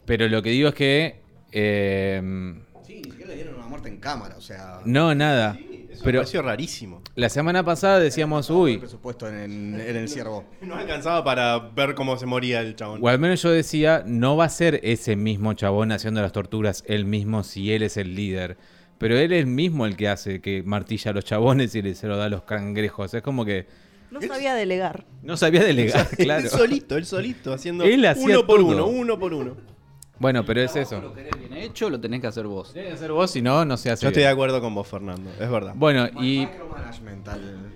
[SPEAKER 1] Pero lo que digo es que... eh,
[SPEAKER 5] Sí, ni siquiera le dieron una muerte en cámara, o sea.
[SPEAKER 1] no, nada.
[SPEAKER 3] Eso me
[SPEAKER 1] pero
[SPEAKER 3] pareció rarísimo.
[SPEAKER 1] La semana pasada decíamos,
[SPEAKER 5] El
[SPEAKER 1] uy,
[SPEAKER 5] presupuesto en, en- en el ciervo.
[SPEAKER 3] No alcanzaba para ver cómo se moría el chabón.
[SPEAKER 1] o al menos yo decía, no va a ser ese mismo chabón haciendo las torturas él mismo si él es el líder. Pero él es mismo el que hace que martilla a los chabones y le- se lo da a los cangrejos. Es como que
[SPEAKER 2] No sabía delegar.
[SPEAKER 1] no sabía delegar, claro.
[SPEAKER 3] Él solito, él solito, haciendo
[SPEAKER 1] Él hacía
[SPEAKER 3] uno por
[SPEAKER 1] todo.
[SPEAKER 3] uno, uno por uno.
[SPEAKER 1] Bueno, pero es eso.
[SPEAKER 6] Bien hecho, lo tenés que hacer vos.
[SPEAKER 1] Tiene que hacer vos, si no, no se hace.
[SPEAKER 3] Yo estoy de
[SPEAKER 1] bien.
[SPEAKER 3] acuerdo con vos, Fernando, es verdad.
[SPEAKER 1] Bueno, y
[SPEAKER 5] Micromanagement al-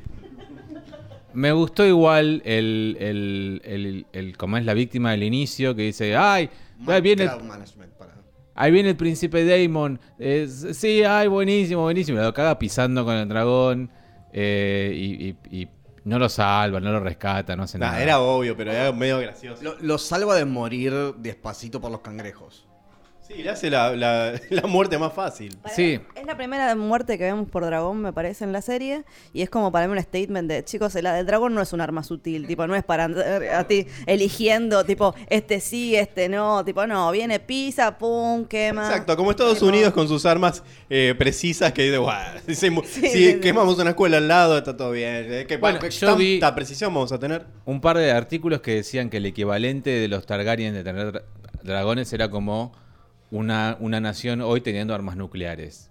[SPEAKER 1] Me gustó igual el, el, el- el- como es la víctima del inicio, que dice, ay, ahí Ah, viene, el-
[SPEAKER 5] Micromanagement para.
[SPEAKER 1] ahí viene el príncipe Damon. Eh, sí, ay, buenísimo, buenísimo. Lo caga pisando con el dragón eh, y, y- y no lo salva, no lo rescata, no hace
[SPEAKER 3] Nah,
[SPEAKER 1] nada.
[SPEAKER 3] era obvio, pero era medio gracioso.
[SPEAKER 5] Lo, lo salva de morir despacito por los cangrejos.
[SPEAKER 3] Sí, le hace la, la- la muerte más fácil.
[SPEAKER 2] Para-
[SPEAKER 1] Sí.
[SPEAKER 2] Es la primera muerte que vemos por dragón, me parece, en la serie. Y es como para mí un statement de, chicos, el, el dragón no es un arma sutil. Tipo, no es para andar eh, a ti eligiendo, tipo, este sí, este no. Tipo, no, viene pisa, pum, quema.
[SPEAKER 3] Exacto, como Estados
[SPEAKER 2] Quema.
[SPEAKER 3] Unidos con sus armas eh, precisas que dice, "Buah, si, se mu-
[SPEAKER 2] Sí,
[SPEAKER 3] si
[SPEAKER 2] sí, sí.
[SPEAKER 3] quemamos una escuela al lado, está todo bien. Eh, que-
[SPEAKER 1] Bueno,
[SPEAKER 3] que
[SPEAKER 1] yo
[SPEAKER 3] tanta
[SPEAKER 1] vi-
[SPEAKER 3] precisión vamos a tener?
[SPEAKER 1] un par de artículos que decían que el equivalente de los Targaryen de tener dra- dragones era como una, una nación hoy teniendo armas nucleares.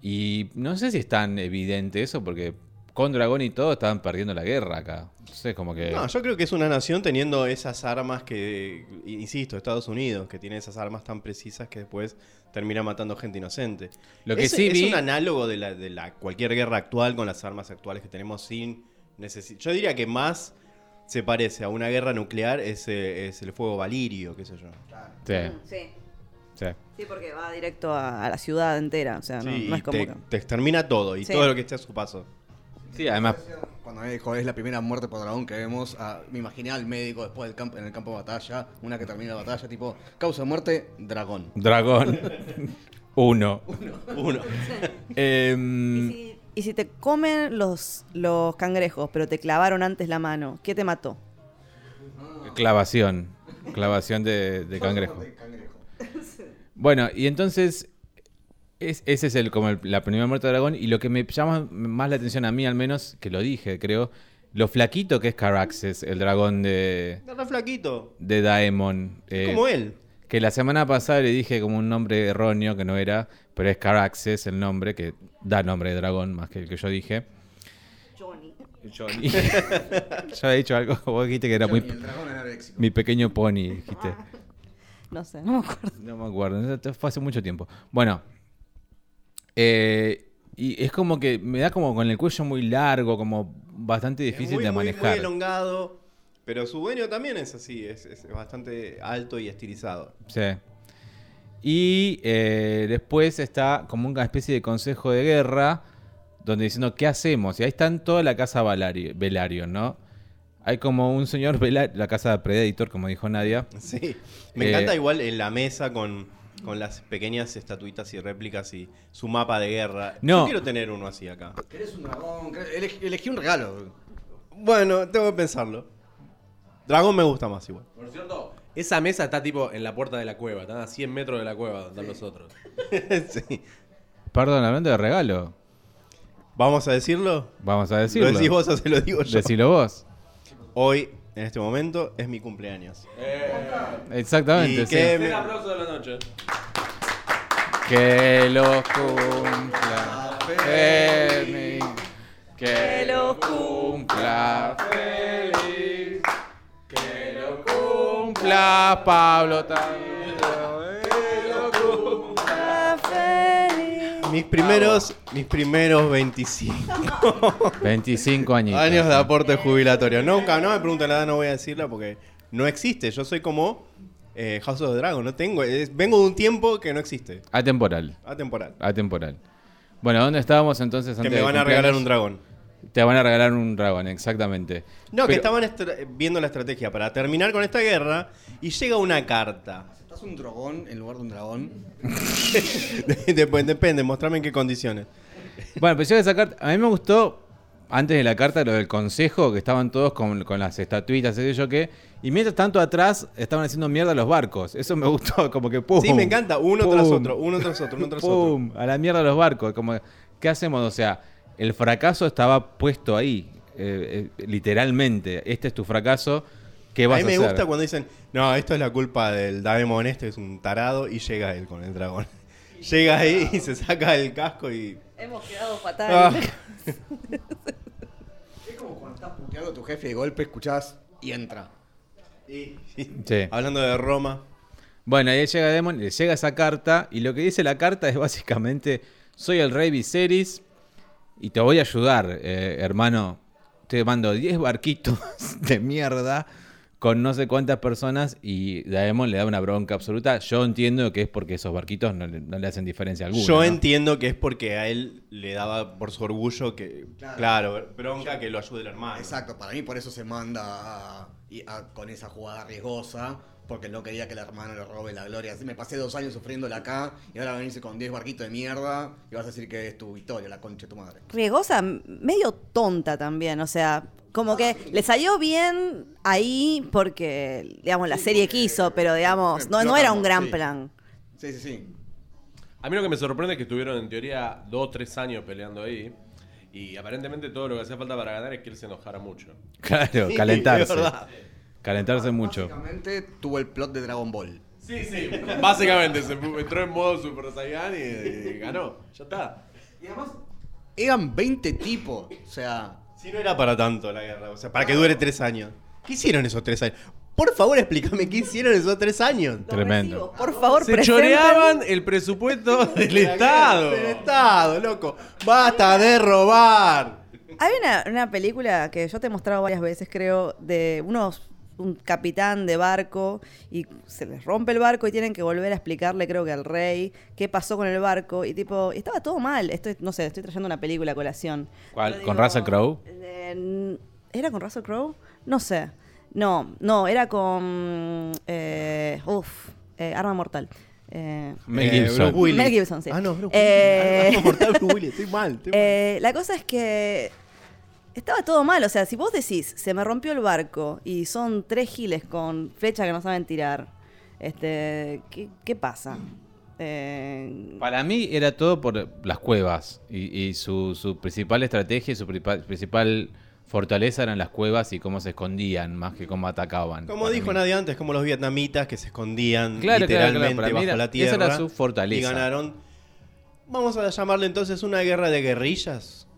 [SPEAKER 1] Y no sé si es tan evidente eso, porque con dragón y todo estaban perdiendo la guerra acá. No sé, como que...
[SPEAKER 3] No, yo creo que es una nación teniendo esas armas que, insisto, Estados Unidos, que tiene esas armas tan precisas que después termina matando gente inocente.
[SPEAKER 1] Lo que
[SPEAKER 3] es,
[SPEAKER 1] sí
[SPEAKER 3] es
[SPEAKER 1] vi-
[SPEAKER 3] un análogo de, la, de la, cualquier guerra actual con las armas actuales que tenemos sin necesidad. Yo diría que más se parece a una guerra nuclear es, eh, es el fuego valirio, qué sé yo.
[SPEAKER 1] Sí,
[SPEAKER 2] Mm, Sí.
[SPEAKER 1] sí.
[SPEAKER 2] Sí, porque va directo a, a la ciudad entera. O sea, no,
[SPEAKER 3] Sí,
[SPEAKER 2] no
[SPEAKER 3] y
[SPEAKER 2] es como
[SPEAKER 3] te,
[SPEAKER 2] que-
[SPEAKER 3] te extermina todo y
[SPEAKER 2] Sí.
[SPEAKER 3] todo lo que esté a su paso.
[SPEAKER 1] Sí, además...
[SPEAKER 5] Cuando me dijo, es la primera muerte por dragón que vemos, ah, me imaginé al médico después del campo, en el campo de batalla, una que termina la batalla, tipo, causa de muerte, dragón.
[SPEAKER 1] Dragón. Uno.
[SPEAKER 3] Uno.
[SPEAKER 1] Em,
[SPEAKER 2] Y si, y si te comen los, los cangrejos, pero te clavaron antes la mano, ¿qué te mató?
[SPEAKER 1] Clavación. Clavación de, de cangrejo. Bueno, y entonces. es- ese es el como el- la primera muerte de dragón. Y lo que me llama más la atención a mí, al menos, que lo dije, creo, Lo flaquito que es Caraxes, el dragón de,
[SPEAKER 3] Está flaquito.
[SPEAKER 1] de Daemon. eh,
[SPEAKER 3] Como él.
[SPEAKER 1] Que la semana pasada le dije como un nombre erróneo que no era, pero es Caraxes el nombre, que da nombre de dragón más que el que yo dije.
[SPEAKER 2] Johnny.
[SPEAKER 1] Johnny. yo había dicho algo, vos dijiste que era muy,
[SPEAKER 5] El dragón anoréxico.
[SPEAKER 1] mi pequeño pony, dijiste.
[SPEAKER 2] No sé, no me acuerdo.
[SPEAKER 1] No me acuerdo, esto fue hace mucho tiempo. Bueno, eh, y es como que me da como con el cuello muy largo, como bastante difícil
[SPEAKER 3] es muy,
[SPEAKER 1] de
[SPEAKER 3] muy,
[SPEAKER 1] manejar.
[SPEAKER 3] Muy elongado. Pero su dueño también es así. Es, es bastante alto y estilizado.
[SPEAKER 1] Sí. Y eh, después está como una especie de consejo de guerra donde diciendo qué hacemos. Y ahí están toda la casa Valari- Velaryon, ¿no? Hay como un señor Velar, la casa Predator, como dijo Nadia.
[SPEAKER 3] Sí. Me
[SPEAKER 1] Eh,
[SPEAKER 3] encanta igual en la mesa con, con las pequeñas estatuitas y réplicas y su mapa de guerra.
[SPEAKER 1] No.
[SPEAKER 3] Yo quiero tener uno así acá.
[SPEAKER 5] Eres un dragón. querés- ele- Elegí un regalo.
[SPEAKER 3] Bueno, tengo que pensarlo. Dragón me gusta más igual.
[SPEAKER 4] Por cierto, esa mesa está tipo en la puerta de la cueva, están a 100 metros de la cueva donde están nosotros.
[SPEAKER 3] sí.
[SPEAKER 1] Perdón, hablando de regalo,
[SPEAKER 3] ¿Vamos a decirlo?
[SPEAKER 1] vamos a decirlo.
[SPEAKER 3] ¿Lo decís vos o se lo digo yo?
[SPEAKER 1] Decilo vos.
[SPEAKER 3] Hoy, en este momento, es mi cumpleaños.
[SPEAKER 1] Exactamente.
[SPEAKER 3] Y
[SPEAKER 1] sí.
[SPEAKER 3] que-
[SPEAKER 4] Primer aplauso de la noche.
[SPEAKER 1] Que los cumpla feliz. Que los cumpla feliz. Que los cumpla Pablo también. Que lo cumpla.
[SPEAKER 3] Mis primeros, mis primeros 25
[SPEAKER 1] 25 añitos.
[SPEAKER 3] años de aporte jubilatorio. Nunca, no me preguntan nada, no voy a decirla porque no existe. Yo soy como eh, House of the Dragon, no tengo. es- vengo de un tiempo que no existe.
[SPEAKER 1] Atemporal.
[SPEAKER 3] Atemporal.
[SPEAKER 1] Atemporal. Bueno, ¿dónde estábamos entonces
[SPEAKER 3] Que
[SPEAKER 1] antes
[SPEAKER 3] me
[SPEAKER 1] del
[SPEAKER 3] van a regalar
[SPEAKER 1] cumpleaños?
[SPEAKER 3] un dragón.
[SPEAKER 1] Te van a regalar un dragón, exactamente.
[SPEAKER 3] No, que
[SPEAKER 1] Pero-
[SPEAKER 3] estaban estra- viendo la estrategia para terminar con esta guerra y llega una carta.
[SPEAKER 5] Estás un dragón en lugar de un dragón.
[SPEAKER 3] Dep- Depende, mostrame en qué condiciones.
[SPEAKER 1] Bueno, pero yo esa carta. A mí me gustó, antes de la carta, lo del consejo, que estaban todos con, con las estatuitas, sé yo qué. Y mientras tanto atrás estaban haciendo mierda los barcos. Eso me gustó, como que pum.
[SPEAKER 3] Sí, me encanta. Uno tras
[SPEAKER 1] pum,
[SPEAKER 3] otro, uno tras otro, uno tras otro.
[SPEAKER 1] pum, A la mierda los barcos. Como, ¿qué hacemos? O sea, el fracaso estaba puesto ahí. eh, eh, literalmente. Este es tu fracaso. ¿Qué vas
[SPEAKER 3] a mí me
[SPEAKER 1] hacer?
[SPEAKER 3] gusta cuando dicen, no, esto es la culpa del Daemon este, es un tarado, y llega él con el dragón. llega ahí y se saca el casco y...
[SPEAKER 2] Hemos quedado fatal.
[SPEAKER 3] Ah,
[SPEAKER 5] Es como cuando estás puteando a tu jefe y de golpe escuchás y entra.
[SPEAKER 3] y- y-
[SPEAKER 1] Sí.
[SPEAKER 3] Hablando de Roma,
[SPEAKER 1] Bueno, ahí llega Demon, le llega esa carta y lo que dice la carta es básicamente, soy el rey Viserys y te voy a ayudar, eh, hermano. Te mando 10 barquitos de mierda con no sé cuántas personas y Daemon le da una bronca absoluta. Yo entiendo que es porque esos barquitos no le, no le hacen diferencia alguna.
[SPEAKER 3] yo
[SPEAKER 1] ¿no?
[SPEAKER 3] entiendo que es porque a él le daba por su orgullo que,
[SPEAKER 5] Claro.
[SPEAKER 3] claro, bronca que lo ayude el hermano.
[SPEAKER 5] Exacto, para mí por eso se manda a- y- a- con esa jugada riesgosa, porque no quería que el hermano le robe la gloria. Así me pasé dos años sufriéndola acá y ahora venirse con 10 barquitos de mierda y vas a decir que es tu victoria, la concha de tu madre.
[SPEAKER 2] Riegosa, m- medio tonta también, o sea, como que le salió bien ahí porque, digamos, la serie quiso, pero digamos, no, no era un gran
[SPEAKER 5] Sí.
[SPEAKER 2] plan.
[SPEAKER 5] Sí, sí, sí.
[SPEAKER 4] A mí lo que me sorprende es que estuvieron en teoría 2 3 años peleando ahí y aparentemente todo lo que hacía falta para ganar es que él se enojara mucho.
[SPEAKER 1] Claro,
[SPEAKER 3] Sí,
[SPEAKER 1] calentarse.
[SPEAKER 3] es verdad.
[SPEAKER 1] Calentarse mucho.
[SPEAKER 5] Básicamente tuvo el plot de Dragon Ball.
[SPEAKER 4] Sí, sí. Básicamente se fu- entró en modo Super Saiyan y, y ganó. Ya está.
[SPEAKER 5] Y además, eran 20 tipos, o sea...
[SPEAKER 3] Si no era para tanto la guerra, o sea, para que dure tres años. ¿Qué hicieron esos tres años? Por favor, explícame qué hicieron esos tres años.
[SPEAKER 1] Tremendo.
[SPEAKER 2] Los recibos, Por favor,
[SPEAKER 4] Se
[SPEAKER 2] presenten-
[SPEAKER 4] choreaban el presupuesto del Estado.
[SPEAKER 3] Del Estado, loco. Basta de robar.
[SPEAKER 2] Hay una, una película que yo te he mostrado varias veces, creo, de unos un capitán de barco y se les rompe el barco y tienen que volver a explicarle, creo que al rey, qué pasó con el barco y tipo, estaba todo mal. Estoy, no sé, estoy trayendo una película a colación.
[SPEAKER 1] ¿Cuál?
[SPEAKER 2] Pero
[SPEAKER 1] ¿Con Russell Crowe?
[SPEAKER 2] eh, ¿Era con Russell Crowe? No sé. No, no, era con... eh, uf, eh, Arma Mortal. Eh,
[SPEAKER 1] Mel
[SPEAKER 3] Eh,
[SPEAKER 1] Gibson.
[SPEAKER 3] Bruce Willis.
[SPEAKER 2] Mel Gibson, sí.
[SPEAKER 3] Ah, no, Bruce
[SPEAKER 2] Eh.
[SPEAKER 3] Willis. Ah, no, mortal Bruce Willis. Estoy mal, estoy mal.
[SPEAKER 2] Eh, la cosa es que estaba todo mal. O sea, si vos decís, se me rompió el barco y son tres giles con flechas que no saben tirar, este, ¿qué, qué pasa? Eh,
[SPEAKER 1] Para mí era todo por las cuevas y, y su, su principal estrategia y su pripa- principal fortaleza eran las cuevas y cómo se escondían más que cómo atacaban.
[SPEAKER 3] Como
[SPEAKER 1] para
[SPEAKER 3] dijo
[SPEAKER 1] mí.
[SPEAKER 3] nadie antes, como los vietnamitas que se escondían
[SPEAKER 1] Claro, claro, claro,
[SPEAKER 3] literalmente
[SPEAKER 1] para mí era-
[SPEAKER 3] bajo la
[SPEAKER 1] esa
[SPEAKER 3] tierra.
[SPEAKER 1] era su fortaleza.
[SPEAKER 3] Y ganaron. Vamos a llamarle entonces una guerra de guerrillas.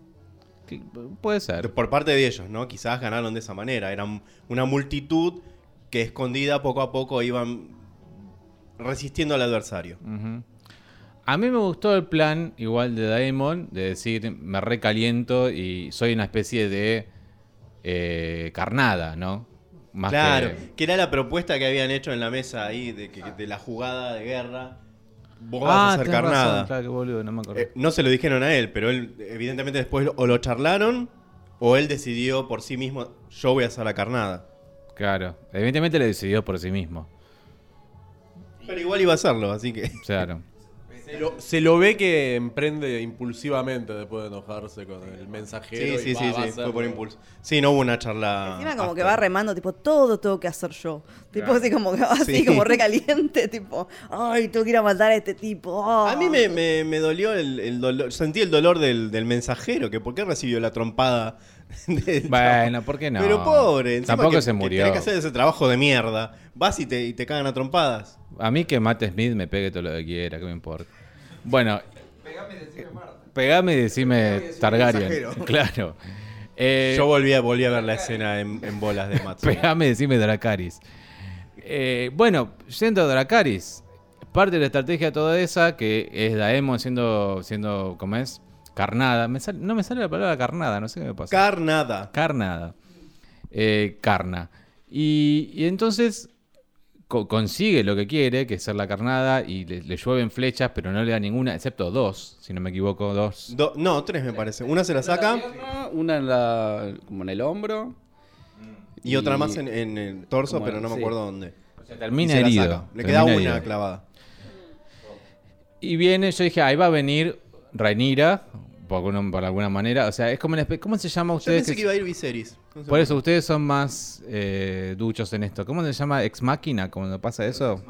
[SPEAKER 1] Que- Puede
[SPEAKER 3] De-
[SPEAKER 1] ser.
[SPEAKER 3] Por parte de ellos, ¿no? Quizás ganaron de esa manera. Eran una multitud que escondida poco a poco iban resistiendo al adversario.
[SPEAKER 1] Ujú. A mí me gustó el plan igual de Daemon, de decir, me recaliento y soy una especie de eh, carnada, ¿no? Más
[SPEAKER 3] claro,
[SPEAKER 1] que-
[SPEAKER 3] que... era la propuesta que habían hecho en la mesa ahí de, que- de la jugada de guerra. Vos vas a
[SPEAKER 1] Ah,
[SPEAKER 3] hacer
[SPEAKER 1] tenés
[SPEAKER 3] carnada.
[SPEAKER 1] razón, claro, qué boludo, no me acuerdo.
[SPEAKER 3] Eh, no se lo dijeron a él, pero él, evidentemente, después o lo charlaron o él decidió por sí mismo: Yo voy a hacer la carnada.
[SPEAKER 1] Claro. Evidentemente le decidió por sí mismo.
[SPEAKER 3] Pero igual iba a hacerlo, así que.
[SPEAKER 1] Claro.
[SPEAKER 4] Se lo, se lo ve que emprende impulsivamente después de enojarse con el mensajero.
[SPEAKER 3] Sí, sí,
[SPEAKER 4] y va-
[SPEAKER 3] sí,
[SPEAKER 4] va
[SPEAKER 3] sí,
[SPEAKER 4] a
[SPEAKER 3] fue
[SPEAKER 4] hacerlo.
[SPEAKER 3] por impulso. Sí, no hubo una charla.
[SPEAKER 2] Encima como que
[SPEAKER 3] after.
[SPEAKER 2] va remando, tipo, todo tengo que hacer yo. Tipo así como que va así
[SPEAKER 3] Sí.
[SPEAKER 2] como recaliente, tipo, ay, tengo que ir a matar a este tipo. ah".
[SPEAKER 3] A mí me, me- me dolió el, el dolor. Sentí el dolor del, del mensajero, que por qué recibió la trompada. del
[SPEAKER 1] Bueno,
[SPEAKER 3] chabón.
[SPEAKER 1] ¿por qué no?
[SPEAKER 3] Pero pobre, encima
[SPEAKER 1] Tampoco
[SPEAKER 3] que-
[SPEAKER 1] se
[SPEAKER 3] que
[SPEAKER 1] murió.
[SPEAKER 3] tenés que hacer ese trabajo de mierda. Vas y te, y te cagan a trompadas.
[SPEAKER 1] A mí que Matt Smith me pegue todo lo que quiera, que me importa. Bueno. Pegame y decime Targaryen.
[SPEAKER 5] mensajero.
[SPEAKER 1] Claro. Eh,
[SPEAKER 3] Yo volví a, volví a ver la escena en, en bolas de Matsu.
[SPEAKER 1] Pegame y decime Dracaris. Eh, bueno, yendo a Dracaris, parte de la estrategia toda esa, que es Daemon siendo, siendo ¿cómo es? Carnada. Me sale- no me sale la palabra carnada, no sé qué me pasa.
[SPEAKER 3] Carnada.
[SPEAKER 1] Carnada. Eh, carna. Y, y entonces co- consigue lo que quiere, que es ser la carnada, y le, le llueven flechas, pero no le da ninguna, excepto dos, si no me equivoco, dos.
[SPEAKER 3] Do- no, tres me parece. Una se la
[SPEAKER 6] Una
[SPEAKER 3] saca
[SPEAKER 6] en la pierna, Una en la, como en el hombro.
[SPEAKER 3] y otra más en, en el torso,
[SPEAKER 6] como
[SPEAKER 3] pero no me
[SPEAKER 6] sí.
[SPEAKER 3] acuerdo dónde.
[SPEAKER 1] termina
[SPEAKER 3] Y se la
[SPEAKER 1] herido,
[SPEAKER 3] saca. Le
[SPEAKER 1] termina
[SPEAKER 3] queda una
[SPEAKER 1] herido.
[SPEAKER 3] clavada.
[SPEAKER 1] Y viene, yo dije, ahí va a venir Rhaenyra, por alguna, por alguna manera. O sea, es como una especie, ¿cómo se llama
[SPEAKER 3] Yo
[SPEAKER 1] ustedes?
[SPEAKER 3] pensé
[SPEAKER 1] que-
[SPEAKER 3] que iba a ir Viserys. No sé
[SPEAKER 1] Por eso, ustedes son más eh, duchos en esto. ¿Cómo se llama? ¿Ex máquina? cuando pasa eso?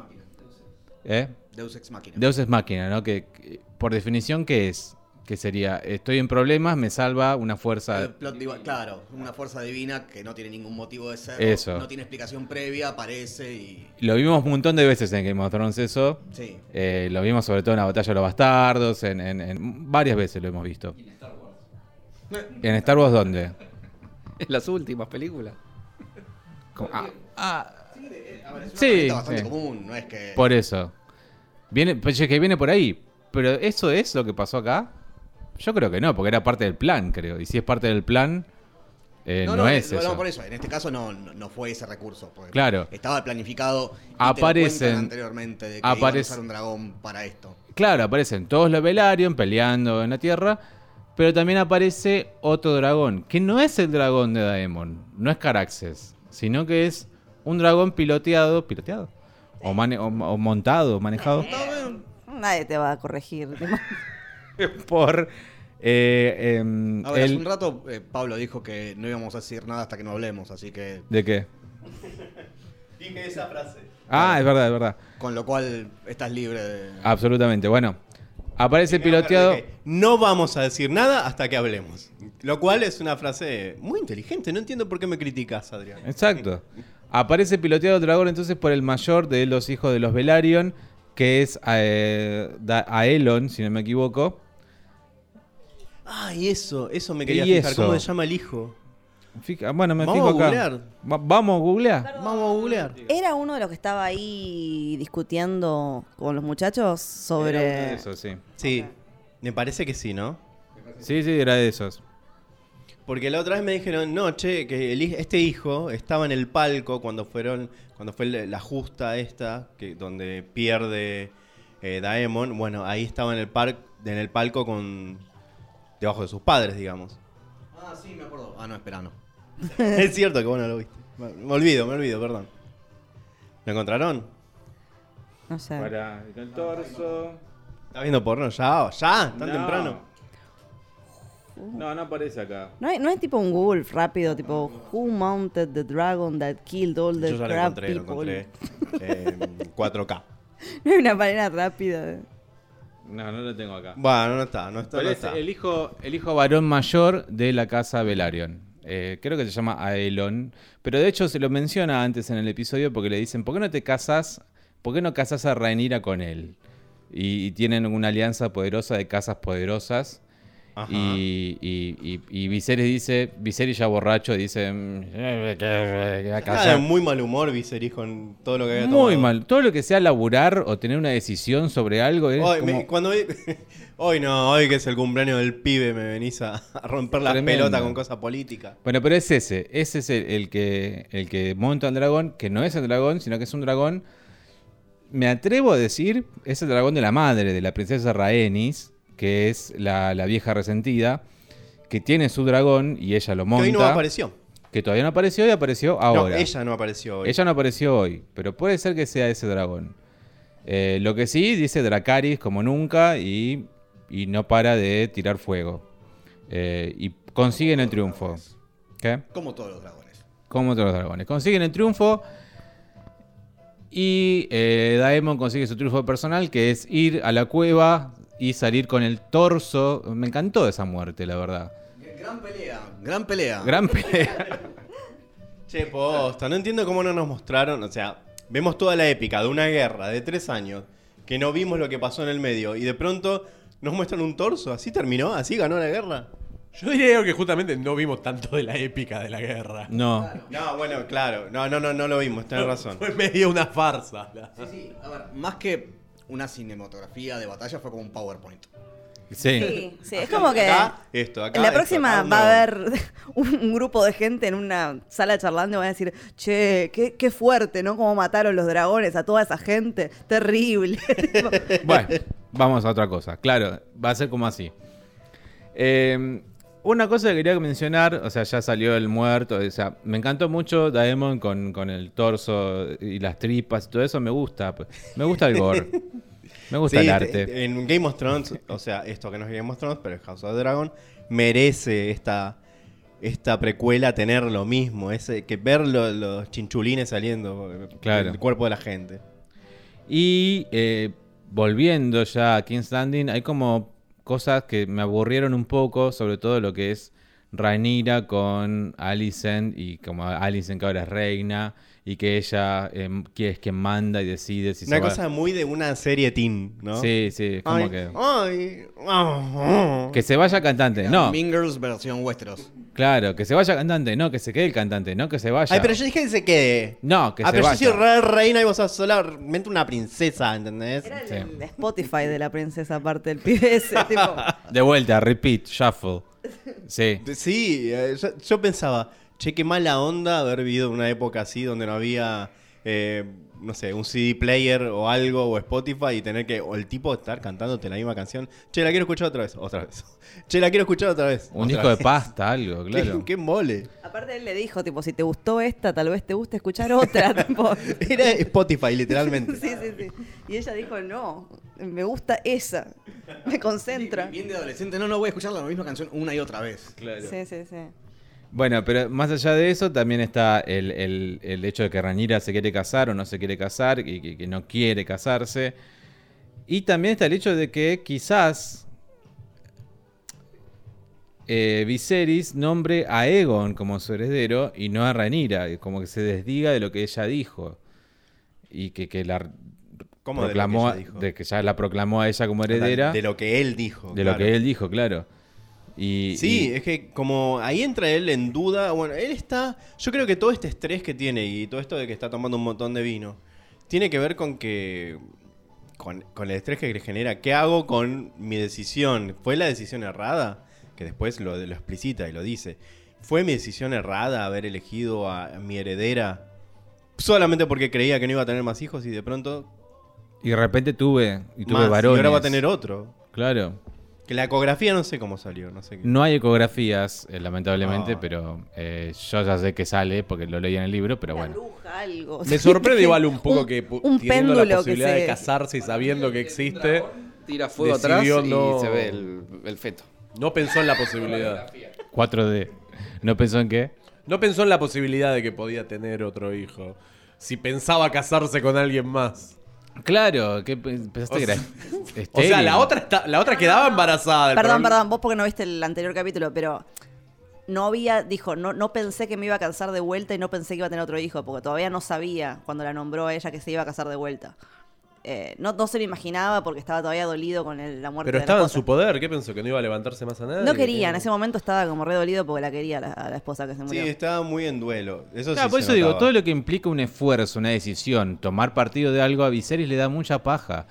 [SPEAKER 1] ¿Eh?
[SPEAKER 5] Deus Ex Machina.
[SPEAKER 1] Deus es máquina, ¿no? Que, que, por definición, ¿qué es? Que sería, estoy en problemas, me salva una
[SPEAKER 5] El
[SPEAKER 1] fuerza.
[SPEAKER 5] plot divi- claro, una fuerza divina que no tiene ningún motivo de ser.
[SPEAKER 1] Eso.
[SPEAKER 5] No tiene explicación previa, aparece y.
[SPEAKER 1] Lo vimos un montón de veces en Game of Thrones eso.
[SPEAKER 5] Sí.
[SPEAKER 1] Eh, lo vimos sobre todo en la batalla de los bastardos, en, en- en- varias veces lo hemos visto. ¿En Star Wars dónde?
[SPEAKER 6] En las últimas películas.
[SPEAKER 1] Como- ah, ah,
[SPEAKER 5] Es una
[SPEAKER 1] sí,
[SPEAKER 5] herramienta bastante
[SPEAKER 1] sí.
[SPEAKER 5] común, no es que.
[SPEAKER 1] por eso. Viene, pensé que viene por ahí. Pero ¿eso es lo que pasó acá? Yo creo que no, porque era parte del plan, creo. Y si es parte del plan, eh, no, es
[SPEAKER 5] no,
[SPEAKER 1] eso.
[SPEAKER 5] por eso. En este caso no, no, no fue ese recurso. porque
[SPEAKER 1] Claro.
[SPEAKER 5] Estaba planificado. y te lo
[SPEAKER 1] Aparecen-
[SPEAKER 5] cuentan anteriormente de que iban
[SPEAKER 1] aparece-
[SPEAKER 5] a usar un dragón para esto.
[SPEAKER 1] Claro, aparecen todos los Velaryon peleando en la Tierra, pero también aparece otro dragón, que no es el dragón de Daemon, no es Caraxes, sino que es un dragón piloteado, piloteado, o, mane- o- o montado, manejado
[SPEAKER 5] Eh,
[SPEAKER 2] Nadie te va a corregir. tipo.
[SPEAKER 1] por eh, em,
[SPEAKER 5] A ver, hace
[SPEAKER 1] el-
[SPEAKER 5] un rato eh, Pablo dijo que no íbamos a decir nada hasta que no hablemos, así que.
[SPEAKER 1] ¿De qué?
[SPEAKER 3] Dije esa frase.
[SPEAKER 1] Ah, es verdad, es verdad.
[SPEAKER 5] Con lo cual estás libre de.
[SPEAKER 1] Absolutamente. Bueno, aparece piloteado.
[SPEAKER 3] Dije, No vamos a decir nada hasta que hablemos. Lo cual es una frase muy inteligente. No entiendo por qué me criticas, Adrián.
[SPEAKER 1] Exacto. Aparece piloteado el dragón entonces por el mayor de los hijos de los Velaryon, que es eh, Da- Aelon, si no me equivoco.
[SPEAKER 3] Ah, y eso, eso me
[SPEAKER 1] Y
[SPEAKER 3] quería fijar.
[SPEAKER 1] eso.
[SPEAKER 3] ¿Cómo se llama el hijo?
[SPEAKER 1] Fija- bueno, me
[SPEAKER 3] Vamos
[SPEAKER 1] fijo
[SPEAKER 3] a
[SPEAKER 1] acá.
[SPEAKER 3] googlear.
[SPEAKER 1] Va- vamos a googlear.
[SPEAKER 3] Vamos a googlear.
[SPEAKER 2] Era uno de los que estaba ahí discutiendo con los muchachos
[SPEAKER 3] Eh.
[SPEAKER 1] Era uno de
[SPEAKER 2] sobre...
[SPEAKER 1] esos, sí.
[SPEAKER 3] Sí, me parece que sí, ¿no?
[SPEAKER 1] Sí, sí, era de esos.
[SPEAKER 3] Porque la otra vez me dijeron, no, che, que el hij- este hijo estaba en el palco cuando fueron, cuando fue la la justa esta, que, donde pierde eh, Daemon. Bueno, ahí estaba en el par- en el palco con debajo de sus padres, digamos.
[SPEAKER 5] Ah, sí, me acuerdo. Ah, no, espera, no.
[SPEAKER 3] es cierto que vos no lo viste. Me, me olvido, me olvido, perdón. ¿Lo encontraron?
[SPEAKER 2] No sé.
[SPEAKER 1] Para el torso.
[SPEAKER 3] ¿Estás viendo porno? Ya, ya, tan temprano.
[SPEAKER 1] No, no aparece acá.
[SPEAKER 2] No hay, no hay tipo un Google rápido, tipo, who mounted the dragon that killed all the
[SPEAKER 3] Yo ya lo
[SPEAKER 2] crab
[SPEAKER 3] encontré, lo
[SPEAKER 2] people?
[SPEAKER 3] encontré. eh, 4K.
[SPEAKER 2] No hay una manera rápida. de-
[SPEAKER 1] No, no lo tengo acá.
[SPEAKER 3] Bueno, no está, no está,
[SPEAKER 1] Pero
[SPEAKER 3] no
[SPEAKER 1] es
[SPEAKER 3] está.
[SPEAKER 1] el hijo, el hijo varón mayor de la casa Velaryon. eh, creo que se llama Aelon, pero de hecho se lo menciona antes en el episodio porque le dicen, ¿por qué no te casas? ¿Por qué no casas a Rhaenyra con él? Y, y tienen una alianza poderosa de casas poderosas.
[SPEAKER 3] Ajá.
[SPEAKER 1] Y, y, y- y Viserys dice, Viserys ya borracho, dice, "Mm, eh, que- que va a
[SPEAKER 3] Estaba de
[SPEAKER 1] casar".
[SPEAKER 3] muy mal humor Viserys con todo lo que había tomado.
[SPEAKER 1] Muy mal. Todo lo que sea laburar o tener una decisión sobre algo es
[SPEAKER 3] Hoy, me-
[SPEAKER 1] como
[SPEAKER 3] cuando vi- hoy no, hoy que es el cumpleaños del pibe me venís a, a romper las
[SPEAKER 1] Tremendo.
[SPEAKER 3] pelotas con cosas políticas.
[SPEAKER 1] Bueno, pero es ese, ese es el, el que el que monta al dragón, que no es el dragón, sino que es un dragón. Me atrevo a decir, es el dragón de la madre, de la princesa Rhaenys, que es la, la vieja resentida, que tiene su dragón y ella lo
[SPEAKER 3] Que
[SPEAKER 1] monta.
[SPEAKER 3] hoy no apareció.
[SPEAKER 1] que todavía no apareció y apareció ahora.
[SPEAKER 3] No, ella no apareció hoy.
[SPEAKER 1] Ella no apareció hoy, pero puede ser que sea ese dragón. Eh, lo que sí, dice Dracaris como nunca y, y no para de tirar fuego. Eh, y consiguen el triunfo. ¿Qué?
[SPEAKER 5] Como todos los dragones.
[SPEAKER 1] Como todos los dragones. Consiguen el triunfo. Y eh, Daemon consigue su triunfo personal, que es ir a la cueva y salir con el torso. Me encantó esa muerte, la verdad.
[SPEAKER 5] Gran pelea, gran pelea.
[SPEAKER 1] Gran pelea.
[SPEAKER 3] Che, posta, no entiendo cómo no nos mostraron. O sea, vemos toda la épica de una guerra de tres años que no vimos lo que pasó en el medio y de pronto nos muestran un torso. Así terminó, así ganó la guerra.
[SPEAKER 4] Yo diría que justamente no vimos tanto de la épica de la guerra.
[SPEAKER 1] No.
[SPEAKER 3] No, bueno, claro. No, no, no, no lo vimos, tenés razón.
[SPEAKER 4] Fue medio una farsa. la-
[SPEAKER 5] Sí, sí, a ver, más que una cinematografía de batalla fue como un PowerPoint.
[SPEAKER 1] Sí.
[SPEAKER 2] Sí, sí, es como que.
[SPEAKER 3] Acá, esto, acá.
[SPEAKER 2] en la
[SPEAKER 3] esto,
[SPEAKER 2] próxima
[SPEAKER 3] acá, un
[SPEAKER 2] va
[SPEAKER 3] dragón.
[SPEAKER 2] a haber un, un grupo de gente en una sala charlando y van a decir, che, qué, qué fuerte, ¿no? Cómo mataron los dragones a toda esa gente. Terrible. Tipo,
[SPEAKER 1] Bueno, vamos a otra cosa. Claro, va a ser como así. Eh, una cosa que quería mencionar, o sea, ya salió el muerto, o sea, me encantó mucho Daemon con, con el torso y las tripas y todo eso, me gusta. Me gusta el gore. Me gusta Pues
[SPEAKER 3] Sí,
[SPEAKER 1] el arte.
[SPEAKER 3] te- En Game of Thrones, o sea, esto que no es Game of Thrones, pero es House of the Dragon, merece esta, esta precuela tener lo mismo, ese, que ver lo- los chinchulines saliendo eh,
[SPEAKER 1] Claro.
[SPEAKER 3] del cuerpo de la gente.
[SPEAKER 1] Y eh, volviendo ya a King's Landing, hay como cosas que me aburrieron un poco, sobre todo lo que es Rhaenyra con Alicent y como Alicent que ahora es reina y que ella eh, que es quien manda y decide si
[SPEAKER 3] una
[SPEAKER 1] se va-
[SPEAKER 3] cosa muy de una serie teen, ¿no?
[SPEAKER 1] Sí, sí, es como
[SPEAKER 3] Ay,
[SPEAKER 1] que...
[SPEAKER 3] ay, ah, ah.
[SPEAKER 1] Que se vaya cantante, no.
[SPEAKER 5] Mean Girls versión Westeros.
[SPEAKER 1] Claro, que se vaya cantante, no, que se quede el cantante, no, que se vaya.
[SPEAKER 3] Ay, pero yo dije que se quede.
[SPEAKER 1] No, que
[SPEAKER 3] ah,
[SPEAKER 1] se
[SPEAKER 3] pero yo soy
[SPEAKER 1] vaya.
[SPEAKER 3] re reina y vos sos solamente una princesa, ¿entendés?
[SPEAKER 2] Era el
[SPEAKER 1] Sí.
[SPEAKER 2] Spotify de la princesa aparte del pibe ese, tipo,
[SPEAKER 1] De vuelta, repeat, shuffle. Sí.
[SPEAKER 3] Sí, eh, yo, yo pensaba, che, qué mala onda haber vivido una época así donde no había, eh, no sé, un CD player o algo o Spotify y tener que, o el tipo estar cantándote la misma canción. Che, la quiero escuchar otra vez, otra vez. Che, la quiero escuchar otra vez.
[SPEAKER 1] Un
[SPEAKER 3] otra
[SPEAKER 1] disco de
[SPEAKER 3] vez.
[SPEAKER 1] pasta, algo,
[SPEAKER 3] Qué-
[SPEAKER 1] claro.
[SPEAKER 3] Qué, mole.
[SPEAKER 2] Aparte él le dijo, tipo, si te gustó esta, tal vez te guste escuchar otra. tipo.
[SPEAKER 3] Era Spotify, literalmente.
[SPEAKER 2] Sí, sí, sí. Y ella dijo, no, me gusta esa. Me concentra.
[SPEAKER 5] Bien de adolescente, no, no voy a escuchar la misma canción una y otra vez.
[SPEAKER 2] Sí, sí, sí.
[SPEAKER 1] Bueno, pero más allá de eso, también está el, el- el hecho de que Ranira se quiere casar o no se quiere casar, y que, que no quiere casarse. Y también está el hecho de que quizás eh, Viserys nombre a Egon como su heredero y no a Ranira, como que se desdiga de lo que ella dijo. Y que, que la
[SPEAKER 3] ¿Cómo de lo que
[SPEAKER 1] proclamó,
[SPEAKER 3] ella
[SPEAKER 1] a-
[SPEAKER 3] dijo? Ah,
[SPEAKER 1] de que ya la proclamó a ella como heredera,
[SPEAKER 3] De
[SPEAKER 1] de lo,
[SPEAKER 3] lo que él dijo. claro.
[SPEAKER 1] que él dijo, claro. Y,
[SPEAKER 3] Sí,
[SPEAKER 1] y-
[SPEAKER 3] es que como ahí entra él en duda, bueno, él está, yo creo que todo este estrés que tiene y todo esto de que está tomando un montón de vino, tiene que ver con que, con, con el estrés que le genera, ¿qué hago con mi decisión? ¿Fue la decisión errada? Que después lo, lo explicita y lo dice. ¿Fue mi decisión errada haber elegido a, a mi heredera? Solamente porque creía que no iba a tener más hijos y de pronto...
[SPEAKER 1] y de repente tuve, y tuve
[SPEAKER 3] más,
[SPEAKER 1] varones.
[SPEAKER 3] Y ahora va a tener otro.
[SPEAKER 1] Claro.
[SPEAKER 3] Que la ecografía no sé cómo salió, no sé qué.
[SPEAKER 1] No hay ecografías, eh, lamentablemente,
[SPEAKER 3] Ah.
[SPEAKER 1] pero eh, yo ya sé que sale porque lo leí en el libro, pero
[SPEAKER 2] Una
[SPEAKER 1] bueno.
[SPEAKER 2] bruja, algo.
[SPEAKER 4] Me sorprende igual un poco que pu-
[SPEAKER 2] un
[SPEAKER 4] teniendo
[SPEAKER 2] péndulo
[SPEAKER 4] la posibilidad
[SPEAKER 2] que se...
[SPEAKER 4] de casarse y sabiendo que existe,
[SPEAKER 6] Tira fuego
[SPEAKER 4] Decidió
[SPEAKER 6] atrás
[SPEAKER 4] no-
[SPEAKER 6] y se ve el, el feto.
[SPEAKER 4] no pensó en la posibilidad.
[SPEAKER 1] 4D. ¿No pensó en qué?
[SPEAKER 4] No pensó en la posibilidad de que podía tener otro hijo. Si pensaba casarse con alguien más.
[SPEAKER 1] Claro, que pe- pensaste
[SPEAKER 4] O
[SPEAKER 1] que era
[SPEAKER 4] sea-
[SPEAKER 1] estéril.
[SPEAKER 4] O sea, la otra, está- la otra quedaba embarazada. el
[SPEAKER 2] Ah. Perdón,
[SPEAKER 4] problema-
[SPEAKER 2] perdón, vos porque no viste el anterior capítulo, pero no había, dijo, no, no pensé que me iba a cansar de vuelta y no pensé que iba a tener otro hijo, porque todavía no sabía cuando la nombró a ella que se iba a casar de vuelta. Eh, no, no se lo imaginaba porque estaba todavía dolido con el- la muerte
[SPEAKER 4] Pero
[SPEAKER 2] de la
[SPEAKER 4] estaba en
[SPEAKER 2] esposa.
[SPEAKER 4] su poder, ¿qué pensó? ¿Que no iba a levantarse más a nadie?
[SPEAKER 2] No quería, en
[SPEAKER 4] ¿Qué?
[SPEAKER 2] ese momento estaba como redolido porque la quería a la, a la esposa que se
[SPEAKER 3] Sí,
[SPEAKER 2] murió.
[SPEAKER 3] estaba muy en duelo. Eso
[SPEAKER 1] Claro,
[SPEAKER 3] sí
[SPEAKER 1] por
[SPEAKER 3] se
[SPEAKER 1] eso digo,
[SPEAKER 3] notaba.
[SPEAKER 1] todo lo que implica un esfuerzo, una decisión, tomar partido de algo a Viserys le da mucha paja.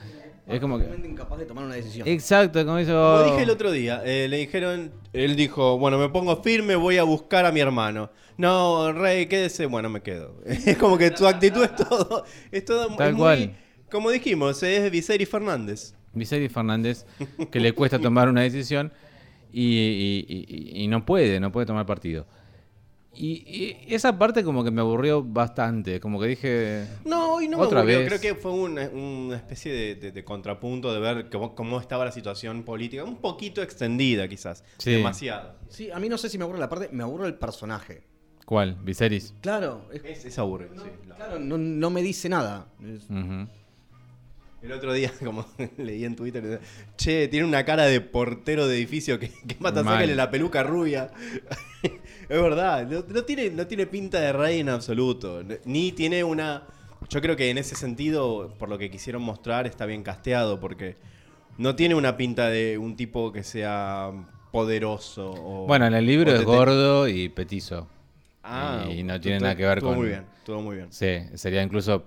[SPEAKER 1] Es como que.
[SPEAKER 5] Totalmente incapaz de tomar una decisión.
[SPEAKER 1] Exacto, como dice.
[SPEAKER 3] Como
[SPEAKER 1] oh,
[SPEAKER 3] dije el otro día, eh, le dijeron, él dijo, bueno, me pongo firme, voy a buscar a mi hermano. No, rey, quédese, bueno, me quedo. Es como que su actitud es todo, es todo es
[SPEAKER 1] Tal
[SPEAKER 3] muy-
[SPEAKER 1] cual.
[SPEAKER 3] Como dijimos, es Viserys Fernández.
[SPEAKER 1] Viserys Fernández, que le cuesta tomar una decisión y, y- y- y- y no puede, no puede tomar partido. Y, y esa parte como que me aburrió bastante, como que dije...
[SPEAKER 3] No, hoy no
[SPEAKER 1] Otra
[SPEAKER 3] me aburrió.
[SPEAKER 1] vez.
[SPEAKER 3] Creo que fue una, una especie de, de- de contrapunto de ver cómo, cómo estaba la situación política. Un poquito extendida, quizás.
[SPEAKER 1] Sí.
[SPEAKER 3] Demasiado.
[SPEAKER 5] Sí, a mí no sé si me aburre la parte, me aburre el personaje.
[SPEAKER 1] ¿Cuál? Viserys.
[SPEAKER 5] Claro, es-
[SPEAKER 3] Es, es aburrido, sí. la-
[SPEAKER 5] claro no, no me dice nada. Es-
[SPEAKER 1] Ujú.
[SPEAKER 3] El otro día, como leí en Twitter, che, tiene una cara de portero de edificio que, que mata,
[SPEAKER 1] Mal.
[SPEAKER 3] sáquele la peluca rubia. es verdad, no, no tiene, no tiene pinta de rey en absoluto. Ni tiene una. Yo creo que en ese sentido, por lo que quisieron mostrar, está bien casteado, porque no tiene una pinta de un tipo que sea poderoso. o-
[SPEAKER 1] Bueno, en el libro
[SPEAKER 3] o
[SPEAKER 1] es
[SPEAKER 3] te- te-
[SPEAKER 1] gordo y petizo.
[SPEAKER 3] Ah,
[SPEAKER 1] y no
[SPEAKER 3] estuvo-
[SPEAKER 1] tiene nada que ver
[SPEAKER 3] estuvo
[SPEAKER 1] con-
[SPEAKER 3] muy bien, estuvo muy bien.
[SPEAKER 1] Sí, sería incluso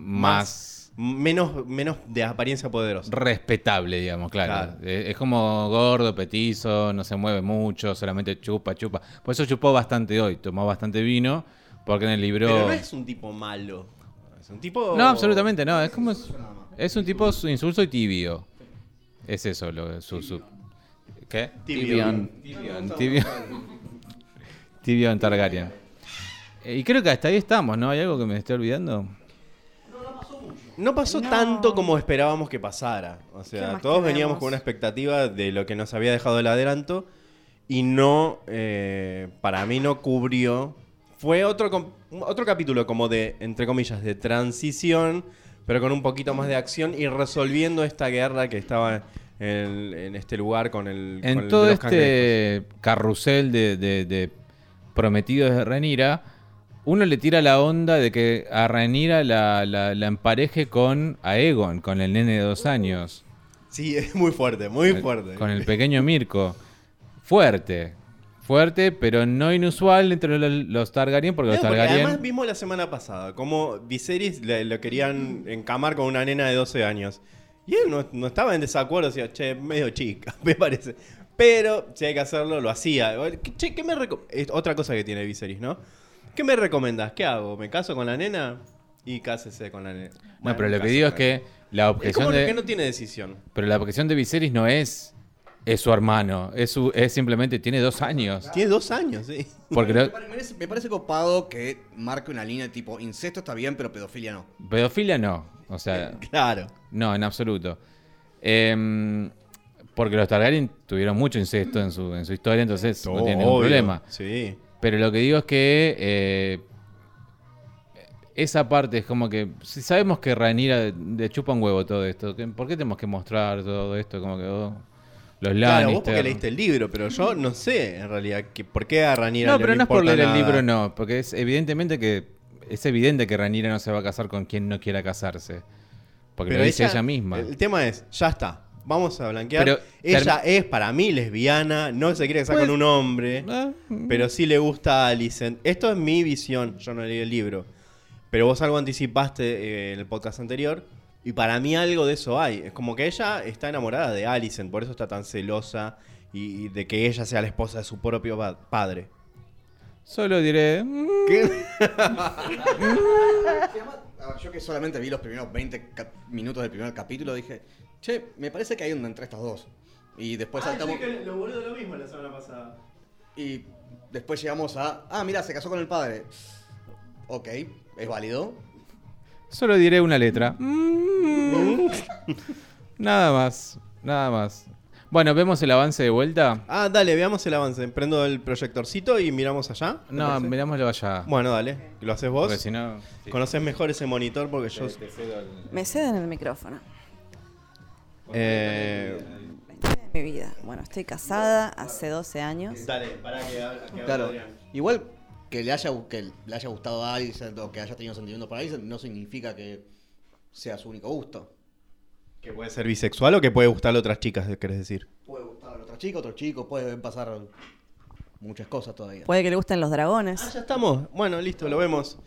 [SPEAKER 1] más,
[SPEAKER 3] Menos, menos de apariencia poderosa.
[SPEAKER 1] respetable, digamos, claro.
[SPEAKER 3] Claro.
[SPEAKER 1] Eh, Es, como gordo, petizo, no se mueve mucho, solamente chupa, chupa. Por eso chupó bastante hoy, tomó bastante vino, porque en el libro...
[SPEAKER 3] Pero no es un tipo malo. Es un tipo.
[SPEAKER 1] No, absolutamente no. Es como. Es un tipo su- insulso y tibio. Es eso, lo, su, su- ¿Qué?
[SPEAKER 3] Tibión.
[SPEAKER 1] Tibión. Tibión. Tibión Targaryen. Eh, Y creo que hasta ahí estamos, ¿no? ¿Hay algo que me esté olvidando?
[SPEAKER 3] No pasó
[SPEAKER 2] No.
[SPEAKER 3] tanto como esperábamos que pasara. O
[SPEAKER 2] ¿Qué
[SPEAKER 3] sea,
[SPEAKER 2] más
[SPEAKER 3] todos
[SPEAKER 2] queremos?
[SPEAKER 3] veníamos con una expectativa de lo que nos había dejado el adelanto. Y no. eh, para mí no cubrió. Fue otro, com- otro capítulo como de, entre comillas, de transición. Pero con un poquito más de acción y resolviendo esta guerra que estaba en, en este lugar con el. con
[SPEAKER 1] En
[SPEAKER 3] el
[SPEAKER 1] todo
[SPEAKER 3] de los cangrejos.
[SPEAKER 1] este carrusel de, de- de prometidos de Renira, uno le tira la onda de que a Renira la, la- la empareje con Aegon, con el nene de dos años.
[SPEAKER 3] Sí, es muy fuerte, muy fuerte.
[SPEAKER 1] Con el pequeño Mirko. Fuerte. Fuerte, pero no inusual entre los, los Targaryen, porque los
[SPEAKER 3] Claro, porque
[SPEAKER 1] Targaryen.
[SPEAKER 3] además vimos la semana pasada cómo Viserys le- lo querían encamar con una nena de 12 años. Y él no, no estaba en desacuerdo, decía, che, medio chica, me parece. Pero si hay que hacerlo, lo hacía. Che, ¿qué me reco- es Otra cosa que tiene Viserys, ¿no? ¿Qué me recomendás? ¿Qué hago? ¿Me caso con la nena? Y cásese con la nena.
[SPEAKER 1] No,
[SPEAKER 3] Bueno,
[SPEAKER 1] pero lo que
[SPEAKER 3] cásate
[SPEAKER 1] digo es
[SPEAKER 3] con
[SPEAKER 1] que la
[SPEAKER 3] la nena. Es
[SPEAKER 1] objeción
[SPEAKER 3] como
[SPEAKER 1] de.
[SPEAKER 3] que no tiene decisión.
[SPEAKER 1] Pero la objeción de Viserys no es. Es su hermano. Es, su- es simplemente. Tiene dos años.
[SPEAKER 3] Tiene dos años, sí.
[SPEAKER 1] Porque
[SPEAKER 5] Me
[SPEAKER 1] lo-
[SPEAKER 5] pare- me parece, me parece copado que marque una línea tipo incesto está bien, pero pedofilia no.
[SPEAKER 1] pedofilia no. O sea.
[SPEAKER 3] Claro.
[SPEAKER 1] No, en absoluto. Em, porque los Targaryen tuvieron mucho incesto en su, en su historia, entonces no tiene ningún
[SPEAKER 3] Obvio,
[SPEAKER 1] problema.
[SPEAKER 3] Sí.
[SPEAKER 1] Pero lo que digo es que eh, esa parte es como que si sabemos que Rhaenyra le chupa un huevo todo esto, ¿qué- ¿por qué tenemos que mostrar todo esto? Como que oh, los
[SPEAKER 3] Claro, vos porque
[SPEAKER 1] Lannister.
[SPEAKER 3] leíste el libro, pero yo no sé en realidad que, por qué a Rhaenyra
[SPEAKER 1] no,
[SPEAKER 3] le-
[SPEAKER 1] pero no es por
[SPEAKER 3] importa
[SPEAKER 1] leer el
[SPEAKER 3] nada.
[SPEAKER 1] libro, no, porque es evidentemente que es evidente que Rhaenyra no se va a casar con quien no quiera casarse, porque lo dice ella, misma.
[SPEAKER 3] El tema es, ya está. Vamos a blanquear.
[SPEAKER 1] Pero
[SPEAKER 3] ella
[SPEAKER 1] termi-
[SPEAKER 3] es para mí lesbiana, no se quiere casar
[SPEAKER 1] Pues-
[SPEAKER 3] con un hombre,
[SPEAKER 1] Ah,
[SPEAKER 3] pero sí le gusta a Alicent. Esto es mi visión, yo no leí el libro. Pero vos algo anticipaste eh, en el podcast anterior y para mí algo de eso hay. Es como que ella está enamorada de Alicent, por eso está tan celosa y, y de que ella sea la esposa de su propio pa- padre.
[SPEAKER 1] solo diré. mm,
[SPEAKER 5] A ver, Yo que solamente vi los primeros 20 cap- minutos del primer capítulo dije, che, me parece que hay onda entre estas dos. Y después saltamos.
[SPEAKER 3] lo boludo lo mismo la semana pasada.
[SPEAKER 5] Y después llegamos a. Ah, mira, se casó con el padre. Ok, es válido.
[SPEAKER 1] Solo diré una letra.
[SPEAKER 3] Uh.
[SPEAKER 1] Mm. nada más, nada más. Bueno, vemos el avance de vuelta.
[SPEAKER 3] Ah, dale, veamos el avance. Prendo el proyectorcito y miramos allá. ¿te
[SPEAKER 1] No,
[SPEAKER 3] parece?
[SPEAKER 1] mirámoslo allá.
[SPEAKER 3] Bueno, dale. ¿Lo haces vos?
[SPEAKER 1] porque si no.
[SPEAKER 3] Conoces mejor ese monitor porque yo.
[SPEAKER 2] Me ceden el micrófono.
[SPEAKER 3] Eh,
[SPEAKER 2] Me ceden mi vida. Bueno, estoy casada hace 12 años.
[SPEAKER 3] Dale, para que hable. que hable
[SPEAKER 5] Claro.
[SPEAKER 3] Adrián.
[SPEAKER 5] Igual que le haya, que le haya gustado a Alison o que haya tenido sentimientos para Alison no significa que sea su único gusto.
[SPEAKER 3] Que puede ser bisexual o que puede gustarle a otras chicas, querés decir.
[SPEAKER 5] Puede gustar a otra chica, otro chico, pueden pasar muchas cosas todavía.
[SPEAKER 2] Puede que le gusten los dragones.
[SPEAKER 3] Ah, ya estamos. Bueno, listo, lo vemos.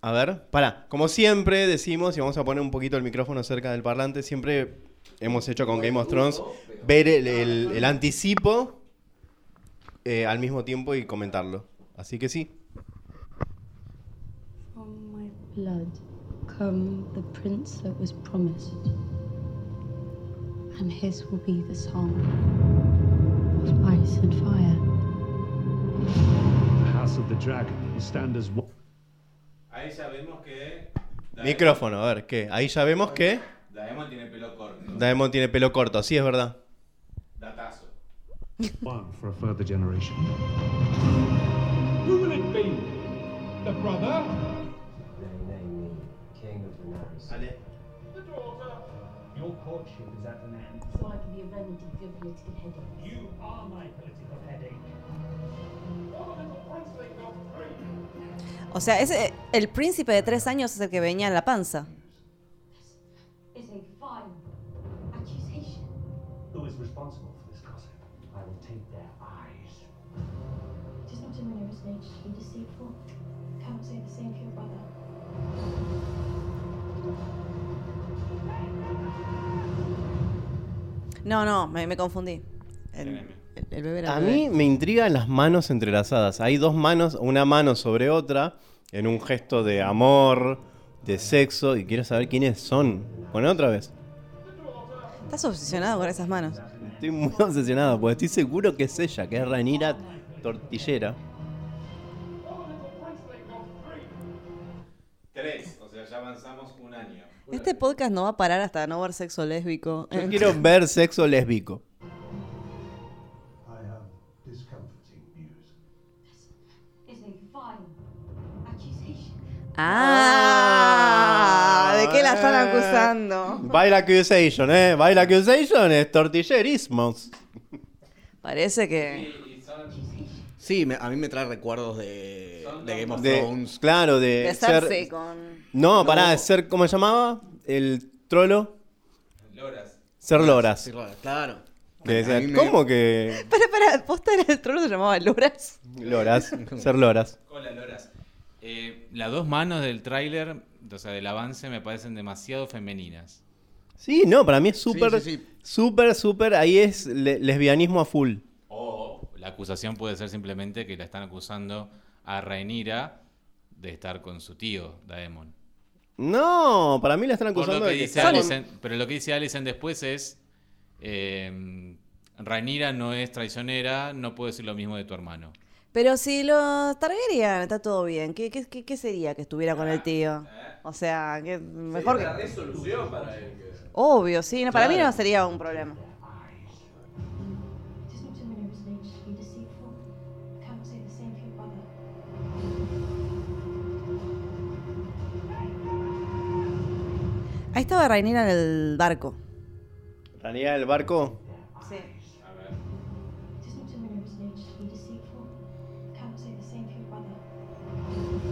[SPEAKER 3] A ver, para. Como siempre decimos, y vamos a poner un poquito el micrófono cerca del parlante, siempre hemos hecho con Game of Thrones ver el, el- el anticipo eh, al mismo tiempo y comentarlo. Así que sí.
[SPEAKER 7] From my blood come the prince that was promised, and his will be the song of ice and fire.
[SPEAKER 8] The House of the Dragon will stand as one.
[SPEAKER 1] Ahí ya vemos que.
[SPEAKER 3] Micrófono, a ver, ¿qué? Ahí ya vemos que
[SPEAKER 1] Daemon tiene pelo corto.
[SPEAKER 3] Daemon tiene pelo corto, sí es verdad.
[SPEAKER 1] Datazo.
[SPEAKER 8] One for a further generation.
[SPEAKER 9] Who will it be? The brother?
[SPEAKER 10] They name me King of Daenerys.
[SPEAKER 9] The daughter? Your courtship is at an end.
[SPEAKER 7] So I can be a remedy for your political headache.
[SPEAKER 9] You are Oh my political headache. What a little princeling got free.
[SPEAKER 2] O sea, ese, el príncipe de tres años es el que venía en la panza.
[SPEAKER 7] It's a vile accusation.
[SPEAKER 9] Who is responsible for this gossip? I will take their eyes.
[SPEAKER 7] It is not in Minerva's nature to be deceitful. Cannot say the same for your brother.
[SPEAKER 2] No, no, me, me confundí. El, el- el bebé era
[SPEAKER 3] A
[SPEAKER 2] el bebé.
[SPEAKER 3] mí me intrigan las manos entrelazadas. Hay dos manos, una mano sobre otra, en un gesto de amor, de sexo, y quiero saber quiénes son. Bueno, otra vez.
[SPEAKER 2] Estás obsesionado con esas manos.
[SPEAKER 3] Estoy muy obsesionado, porque estoy seguro que es ella, que es Ranira Tortillera.
[SPEAKER 1] Tres, o sea, ya avanzamos un año.
[SPEAKER 2] Este podcast no va a parar hasta no ver sexo lésbico.
[SPEAKER 3] Yo quiero ver sexo lésbico.
[SPEAKER 9] I have discomforting news.
[SPEAKER 7] It's a vile accusation.
[SPEAKER 2] Ah, ¿de qué la están
[SPEAKER 5] Eh.
[SPEAKER 3] Ah.
[SPEAKER 2] acusando?
[SPEAKER 3] Baila accusation, eh. Baila accusation es tortillerismos.
[SPEAKER 2] Parece que
[SPEAKER 5] Sí, me- a mí me trae recuerdos de, de Game of
[SPEAKER 3] De,
[SPEAKER 5] Thrones.
[SPEAKER 3] claro, de.
[SPEAKER 2] besarse
[SPEAKER 3] Eh, ser-
[SPEAKER 2] con.
[SPEAKER 3] No, pará,
[SPEAKER 5] No.
[SPEAKER 3] de ser, ¿cómo se llamaba? El trolo.
[SPEAKER 1] Loras.
[SPEAKER 3] Ser Loras.
[SPEAKER 5] Sí, claro.
[SPEAKER 3] Que
[SPEAKER 5] A
[SPEAKER 3] decían,
[SPEAKER 5] mí me-
[SPEAKER 3] ¿Cómo que.?
[SPEAKER 2] Para, para, posta era el trono se llamaba Loras.
[SPEAKER 3] Loras, ser Loras.
[SPEAKER 1] Hola, Loras. Eh, las dos manos del tráiler, o sea, del avance, me parecen demasiado femeninas.
[SPEAKER 3] Sí, no, para mí es súper,
[SPEAKER 5] sí, sí.
[SPEAKER 3] súper, súper. Ahí es le- lesbianismo a full. Oh.
[SPEAKER 1] O la acusación puede ser simplemente que la están acusando a Rhaenyra de estar con su tío, Daemon.
[SPEAKER 3] No, para mí la están
[SPEAKER 1] Por
[SPEAKER 3] acusando
[SPEAKER 1] lo que
[SPEAKER 3] de que
[SPEAKER 1] dice
[SPEAKER 3] está con-
[SPEAKER 1] Alicent- pero lo que dice Alicent después es, eh, Rhaenyra no es traicionera, no puedo decir lo mismo de tu hermano.
[SPEAKER 2] Pero si los Targaryen está todo bien, ¿qué, qué, qué, qué sería que estuviera con el tío? O sea, que mejor
[SPEAKER 4] La
[SPEAKER 2] que.
[SPEAKER 4] resolución para él.
[SPEAKER 2] Obvio, sí, no, para mí no sería un problema.
[SPEAKER 7] It is not in Minerva's nature to be deceitful. Cannot say the same for your brother.
[SPEAKER 2] Ahí estaba Rainera en el barco.
[SPEAKER 3] Ranira del barco.
[SPEAKER 2] Sí.
[SPEAKER 7] It is not in Minerva's nature to be deceitful. Cannot say the same for your brother.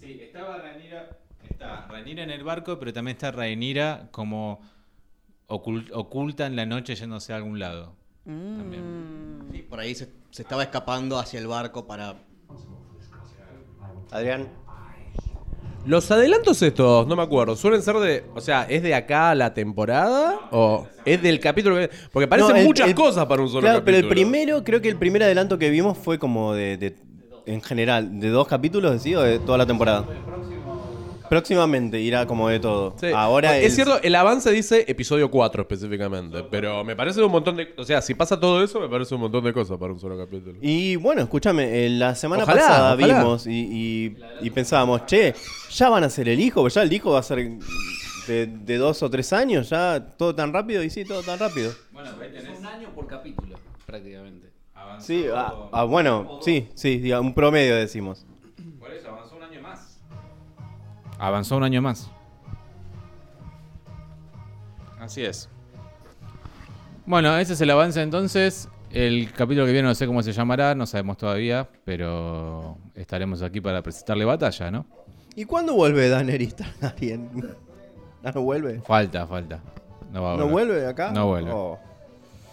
[SPEAKER 1] Sí, estaba Rhaenyra, está Rhaenyra en el barco, pero también está Rhaenyra como ocul- oculta en la noche yéndose a algún lado. También.
[SPEAKER 5] Sí, por ahí se, se estaba escapando hacia el barco para.
[SPEAKER 3] Adrián.
[SPEAKER 4] Los adelantos estos, no me acuerdo, suelen ser de. O sea, ¿es de acá a la temporada? ¿O es del capítulo que.? Porque parecen
[SPEAKER 3] No, el-
[SPEAKER 4] muchas
[SPEAKER 3] el-
[SPEAKER 4] cosas para un solo
[SPEAKER 3] Claro,
[SPEAKER 4] capítulo.
[SPEAKER 3] pero el primero, creo que el primer adelanto que vimos fue como de. de- en general, de dos capítulos, ¿sí? O de toda la temporada. Próximamente irá como de todo.
[SPEAKER 4] Sí.
[SPEAKER 3] Ahora
[SPEAKER 4] es
[SPEAKER 3] el-
[SPEAKER 4] cierto, el avance dice episodio 4 específicamente, pero me parece un montón de... O sea, si pasa todo eso, me parece un montón de cosas para un solo capítulo.
[SPEAKER 3] Y bueno, escúchame, eh, la semana
[SPEAKER 4] Ojalá,
[SPEAKER 3] pasada
[SPEAKER 4] ojalá.
[SPEAKER 3] vimos y, y- y pensábamos, che, ya van a ser el hijo, ya el hijo va a ser de, de dos o tres años, ya todo tan rápido, y sí, todo tan rápido.
[SPEAKER 1] Bueno, ahí tenés.
[SPEAKER 6] Un año por capítulo, prácticamente.
[SPEAKER 1] Avanzó,
[SPEAKER 3] Sí, ah, ah, bueno, sí, sí, diga, un promedio decimos.
[SPEAKER 1] Por eso avanzó un año más. Avanzó un año más. Así es. Bueno, ese es el avance entonces. El capítulo que viene no sé cómo se llamará, no sabemos todavía, pero estaremos aquí para presentarle batalla, ¿no?
[SPEAKER 3] ¿Y cuándo vuelve Daenerys Targaryen? ¿No vuelve?
[SPEAKER 1] Falta, falta. No, va a
[SPEAKER 3] ¿No
[SPEAKER 1] volver.
[SPEAKER 3] vuelve acá?
[SPEAKER 1] No vuelve.
[SPEAKER 3] Oh.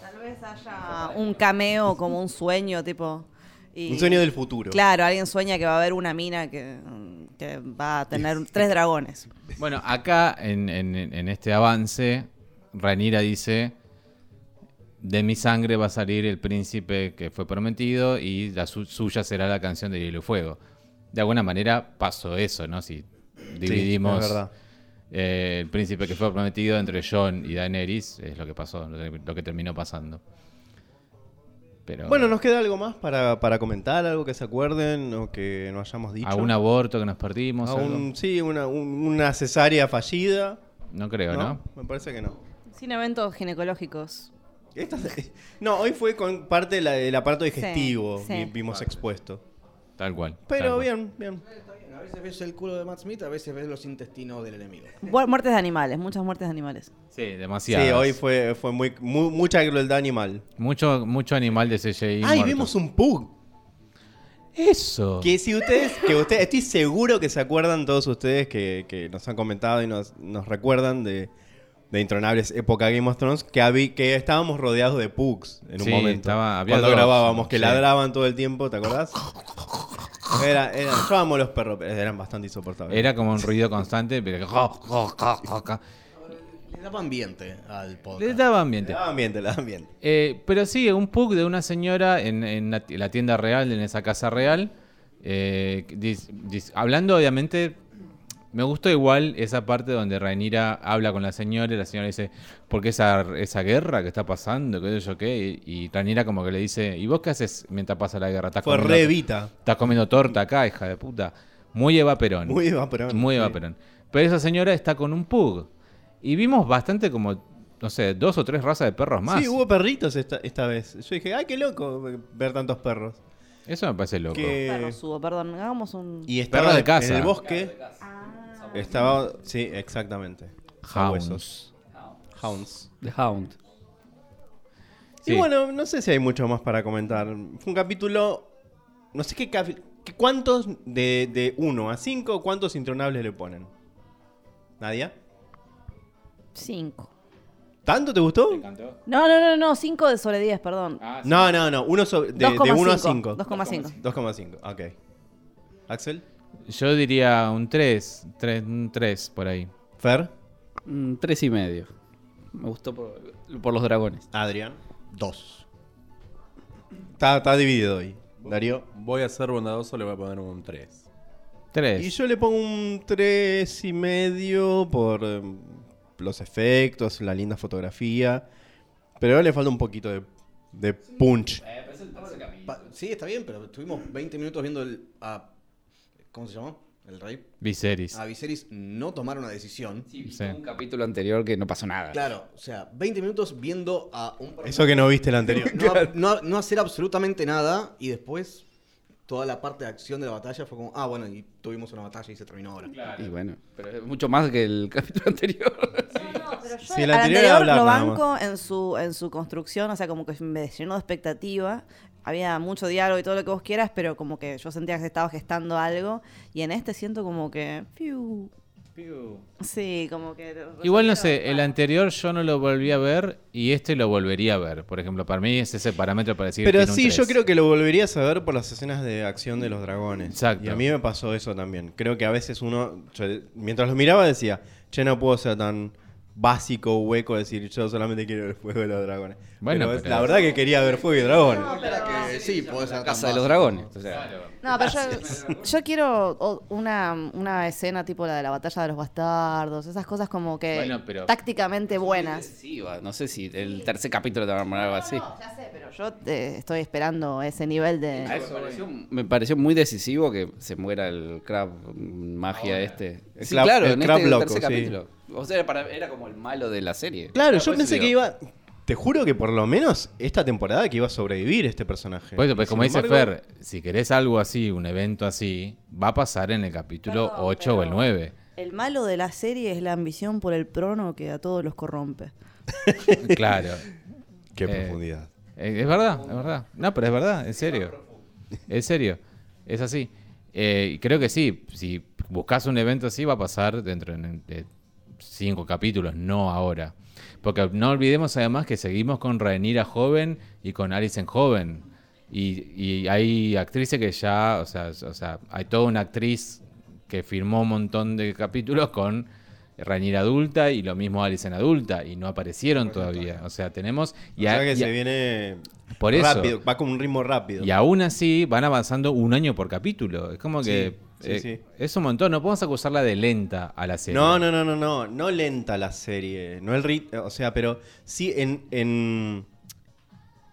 [SPEAKER 2] Tal vez haya un cameo como un sueño, tipo. y-
[SPEAKER 3] Un sueño del futuro.
[SPEAKER 2] Claro, alguien sueña que va a haber una mina que, que va a tener tres dragones.
[SPEAKER 1] Bueno, acá en, en- en este avance, Ranira dice: De mi sangre va a salir el príncipe que fue prometido y la su- suya será la canción de Hielo y Fuego. De alguna manera pasó eso, ¿no? Si dividimos
[SPEAKER 3] es verdad.
[SPEAKER 1] eh, el príncipe que fue prometido entre John y Daenerys, es lo que pasó, lo que- lo que terminó pasando. Pero
[SPEAKER 3] Bueno, ¿nos queda algo más para, para comentar? ¿Algo que se acuerden o que no hayamos dicho?
[SPEAKER 1] algún aborto que nos perdimos,
[SPEAKER 3] A
[SPEAKER 1] algo?
[SPEAKER 3] un- sí, una, un- una cesárea fallida.
[SPEAKER 1] no creo, ¿no?
[SPEAKER 3] Me parece que no.
[SPEAKER 2] Sin eventos ginecológicos.
[SPEAKER 3] Esta- no, hoy fue con parte de la- del aparato digestivo.
[SPEAKER 2] sí.
[SPEAKER 3] vi- Vimos expuesto.
[SPEAKER 1] Tal cual. tal
[SPEAKER 3] Pero
[SPEAKER 1] cual.
[SPEAKER 3] bien, bien.
[SPEAKER 5] A veces ves el culo de Matt Smith, a veces ves los intestinos del enemigo.
[SPEAKER 2] Bu- Muertes de animales, muchas muertes de animales.
[SPEAKER 1] Sí,
[SPEAKER 3] Sí,
[SPEAKER 1] demasiado.
[SPEAKER 3] hoy fue, fue muy, mu- mucha crueldad animal.
[SPEAKER 1] Mucho, mucho animal de CGI.
[SPEAKER 3] Ah, y
[SPEAKER 1] muerto.
[SPEAKER 3] vimos un pug.
[SPEAKER 1] Eso.
[SPEAKER 3] Que si ustedes, que ustedes, estoy seguro que se acuerdan todos ustedes que, que nos han comentado y nos, nos recuerdan de, de Intronables época Game of Thrones, que, habí- que estábamos rodeados de pugs en un
[SPEAKER 1] Sí,
[SPEAKER 3] momento.
[SPEAKER 1] estaba- había
[SPEAKER 3] cuando
[SPEAKER 1] dos,
[SPEAKER 3] grabábamos, que
[SPEAKER 1] sí.
[SPEAKER 3] ladraban todo el tiempo, ¿te acordás? Era, era- yo amo los perros, pero eran bastante insoportables.
[SPEAKER 1] Era como un ruido constante, pero
[SPEAKER 5] Le daba ambiente al podcast.
[SPEAKER 1] le daba ambiente.
[SPEAKER 3] daban bien, te la daban bien.
[SPEAKER 1] Eh, pero sí, un pug de una señora en, en la, ti- la tienda real, en esa casa real. eh, dis- dis- hablando, obviamente, me gustó igual esa parte donde Rainira habla con la señora y la señora dice, porque esa, esa guerra que está pasando, qué sé yo qué, y, y Rhaenyra como que le dice, ¿y vos qué haces mientras pasa la guerra? ¿Estás
[SPEAKER 3] Fue
[SPEAKER 1] comiendo-
[SPEAKER 3] revita.
[SPEAKER 1] Estás comiendo torta acá, hija de puta. Muy Eva Perón.
[SPEAKER 3] Muy vaporón.
[SPEAKER 1] Muy Eva Perón. Pero esa señora está con un pug. Y vimos bastante como, no sé, dos o tres razas de perros más.
[SPEAKER 3] Sí, hubo perritos esta, esta vez. Yo dije, ay, qué loco ver tantos perros.
[SPEAKER 1] Eso me parece loco.
[SPEAKER 3] Que-
[SPEAKER 2] Perros hubo, perdón, hagamos un.
[SPEAKER 3] Eh. Y
[SPEAKER 1] Perro
[SPEAKER 3] estaba
[SPEAKER 1] de
[SPEAKER 3] en
[SPEAKER 1] casa.
[SPEAKER 3] el bosque. Estaba. Sí, exactamente. Sabuesos.
[SPEAKER 1] Hounds.
[SPEAKER 3] Hounds.
[SPEAKER 6] The Hound.
[SPEAKER 1] Sí.
[SPEAKER 3] Y bueno, no sé si hay mucho más para comentar. Fue un capítulo. No sé qué. capi- qué- ¿Cuántos de, de 1 a 5, cuántos intronables le ponen? ¿Nadia?
[SPEAKER 2] Cinco.
[SPEAKER 3] ¿Tanto te gustó?
[SPEAKER 2] No, no, no, no, cinco de sobre diez, perdón.
[SPEAKER 1] Ah,
[SPEAKER 3] No, no, no. Uno sobre- de, 1 a 5.
[SPEAKER 2] 2,5.
[SPEAKER 3] 2,5, ok. ¿Axel?
[SPEAKER 1] Yo diría un 3, 3, un 3 por ahí.
[SPEAKER 3] ¿Fer?
[SPEAKER 6] Mm, tres y medio. Me gustó por, por los dragones.
[SPEAKER 3] ¿Adrián?
[SPEAKER 5] Dos.
[SPEAKER 3] Está, está dividido hoy. Darío.
[SPEAKER 4] Voy a ser bondadoso, le voy a poner un 3.
[SPEAKER 3] Y
[SPEAKER 1] 3.
[SPEAKER 3] yo le pongo un tres y medio por eh, los efectos, la linda fotografía. Pero le falta un poquito de, de punch.
[SPEAKER 5] Pa- sí, está bien, pero estuvimos 20 minutos viendo el. a- ¿Cómo se llamó? El rey.
[SPEAKER 1] Viserys.
[SPEAKER 3] Ah,
[SPEAKER 5] A Viserys no tomar una decisión.
[SPEAKER 6] Sí,
[SPEAKER 1] Sí.
[SPEAKER 6] un capítulo anterior que no pasó nada.
[SPEAKER 5] Claro, o sea, 20 minutos viendo a un.
[SPEAKER 3] Eso que no viste el anterior.
[SPEAKER 5] no, no- no hacer absolutamente nada y después toda la parte de acción de la batalla fue como, ah, bueno, y tuvimos una batalla y se terminó ahora.
[SPEAKER 6] Y bueno, pero es mucho más que el capítulo anterior.
[SPEAKER 2] Pero yo
[SPEAKER 3] Sí,
[SPEAKER 2] al
[SPEAKER 3] la anterior
[SPEAKER 2] anterior
[SPEAKER 3] era hablar
[SPEAKER 2] lo
[SPEAKER 3] nada
[SPEAKER 2] banco en su, en su construcción, o sea, como que me llenó de expectativa. Había mucho diálogo y todo lo que vos quieras, pero como que yo sentía que se estaba gestando algo. Y en este siento como que. fiu. Sí, como que.
[SPEAKER 1] Igual no sé,
[SPEAKER 3] ah.
[SPEAKER 1] el anterior yo no lo volví a ver y este lo volvería a ver. Por ejemplo, para mí es ese parámetro para decir
[SPEAKER 3] Pero
[SPEAKER 1] tiene un
[SPEAKER 3] sí, yo
[SPEAKER 1] tres.
[SPEAKER 3] creo que lo volverías a ver por las escenas de acción de los dragones.
[SPEAKER 1] Exacto.
[SPEAKER 3] Y a mí me pasó eso también. Creo que a veces uno, yo, mientras lo miraba, decía, che, no puedo ser tan básico, hueco, decir, yo solamente quiero ver fuego de los dragones.
[SPEAKER 1] Bueno,
[SPEAKER 3] pero, es-
[SPEAKER 1] pero-
[SPEAKER 3] la verdad que quería ver fuego y dragones.
[SPEAKER 5] Era que sí, podés ser
[SPEAKER 6] Casa
[SPEAKER 5] tan
[SPEAKER 6] de
[SPEAKER 5] básico.
[SPEAKER 6] los dragones. o sea.
[SPEAKER 2] No, pero yo, yo quiero o- una, una escena tipo la de la batalla de los bastardos, esas cosas como que
[SPEAKER 1] Bueno, pero-
[SPEAKER 2] tácticamente buenas.
[SPEAKER 6] Sí, va, no sé si el tercer capítulo te va a poner algo así.
[SPEAKER 2] Ya sé, pero yo eh, estoy esperando ese nivel
[SPEAKER 6] A
[SPEAKER 3] Eh,
[SPEAKER 2] de.
[SPEAKER 6] eso me, pareció, me pareció muy decisivo que se muera el crab mm, magia este.
[SPEAKER 3] El
[SPEAKER 6] sí,
[SPEAKER 3] crab-
[SPEAKER 6] claro,
[SPEAKER 3] el
[SPEAKER 6] en
[SPEAKER 3] crab
[SPEAKER 6] este
[SPEAKER 3] loco,
[SPEAKER 6] tercer
[SPEAKER 3] sí.
[SPEAKER 6] capítulo. O sea, era, para- era como el malo de la serie.
[SPEAKER 3] Claro,
[SPEAKER 6] por
[SPEAKER 3] yo
[SPEAKER 6] eso
[SPEAKER 3] pensé
[SPEAKER 6] digo,
[SPEAKER 3] que iba. Te juro que por lo menos esta temporada que iba a sobrevivir este personaje.
[SPEAKER 1] Por eso, pues,
[SPEAKER 3] Y
[SPEAKER 1] como
[SPEAKER 3] sin
[SPEAKER 1] dice
[SPEAKER 3] embargo,
[SPEAKER 1] Fer, si querés algo así, un evento así, va a pasar en el capítulo
[SPEAKER 2] Perdón,
[SPEAKER 1] 8 o el
[SPEAKER 2] pero-
[SPEAKER 1] 9.
[SPEAKER 2] El malo de la serie es la ambición por el prono que a todos los corrompe.
[SPEAKER 1] Claro.
[SPEAKER 3] Qué
[SPEAKER 1] Eh,
[SPEAKER 3] profundidad.
[SPEAKER 1] Eh, Es verdad, es verdad. No, pero es verdad, en serio. En serio. Es así. Eh, y creo que sí. Si buscas un evento así, va a pasar dentro de- de cinco capítulos, no ahora. Porque no olvidemos además que seguimos con Rhaenyra joven y con Alison joven. Y, y hay actrices que ya, o sea, o sea, hay toda una actriz que firmó un montón de capítulos con Rhaenyra adulta y lo mismo Alison adulta y no aparecieron todavía. O sea, tenemos y,
[SPEAKER 3] o
[SPEAKER 1] a-
[SPEAKER 3] sea que
[SPEAKER 1] y a-
[SPEAKER 3] se viene
[SPEAKER 1] Por eso.
[SPEAKER 3] rápido, va con un ritmo rápido.
[SPEAKER 1] y aún así van avanzando un año por capítulo. Es como
[SPEAKER 3] Sí,
[SPEAKER 1] que
[SPEAKER 3] sí,
[SPEAKER 1] eh,
[SPEAKER 3] sí.
[SPEAKER 1] es un montón. No podemos acusarla de lenta a la serie.
[SPEAKER 3] No, no, no, no, no, no lenta la serie, no el ritmo, o sea, pero sí en, en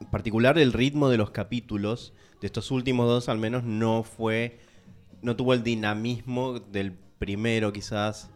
[SPEAKER 3] particular el ritmo de los capítulos, de estos últimos dos al menos, no fue, no tuvo el dinamismo del primero quizás,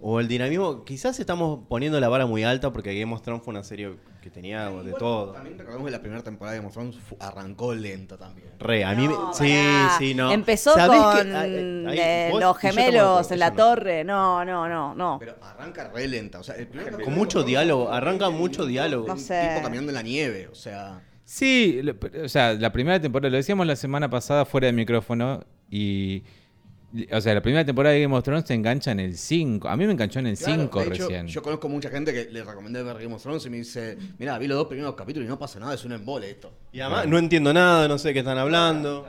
[SPEAKER 3] o el dinamismo, quizás estamos poniendo la vara muy alta porque Game of Thrones fue una serie que tenía de todo.
[SPEAKER 5] También recordemos que la primera temporada de Game of Thrones fu- arrancó lenta también.
[SPEAKER 3] Re, a mí, me-
[SPEAKER 2] No,
[SPEAKER 3] sí,
[SPEAKER 2] pará.
[SPEAKER 3] sí, no.
[SPEAKER 2] Empezó con
[SPEAKER 3] ¿Sabés que- ah, eh, ahí,
[SPEAKER 2] eh, los
[SPEAKER 3] vos y yo estamos de
[SPEAKER 2] gemelos
[SPEAKER 3] acuerdo,
[SPEAKER 2] en la
[SPEAKER 3] eso no.
[SPEAKER 2] torre. No, no, no, no.
[SPEAKER 5] Pero arranca re lenta. O sea, el primer
[SPEAKER 3] Con mucho diálogo, arranca mucho diálogo.
[SPEAKER 2] No
[SPEAKER 5] Un
[SPEAKER 2] sé.
[SPEAKER 5] tipo caminando en la nieve, o sea.
[SPEAKER 1] Sí, lo- pero, o sea, la primera temporada, lo decíamos la semana pasada fuera de micrófono y... O sea, la primera temporada de Game of Thrones se engancha en el 5. A mí me enganchó en el
[SPEAKER 5] Claro,
[SPEAKER 1] 5
[SPEAKER 5] de hecho,
[SPEAKER 1] recién.
[SPEAKER 5] Yo conozco mucha gente que le recomendé ver Game of Thrones y me dice, mira, vi los dos primeros capítulos y no pasa nada, es un embole esto.
[SPEAKER 3] Y además, no entiendo nada, no sé de qué están hablando.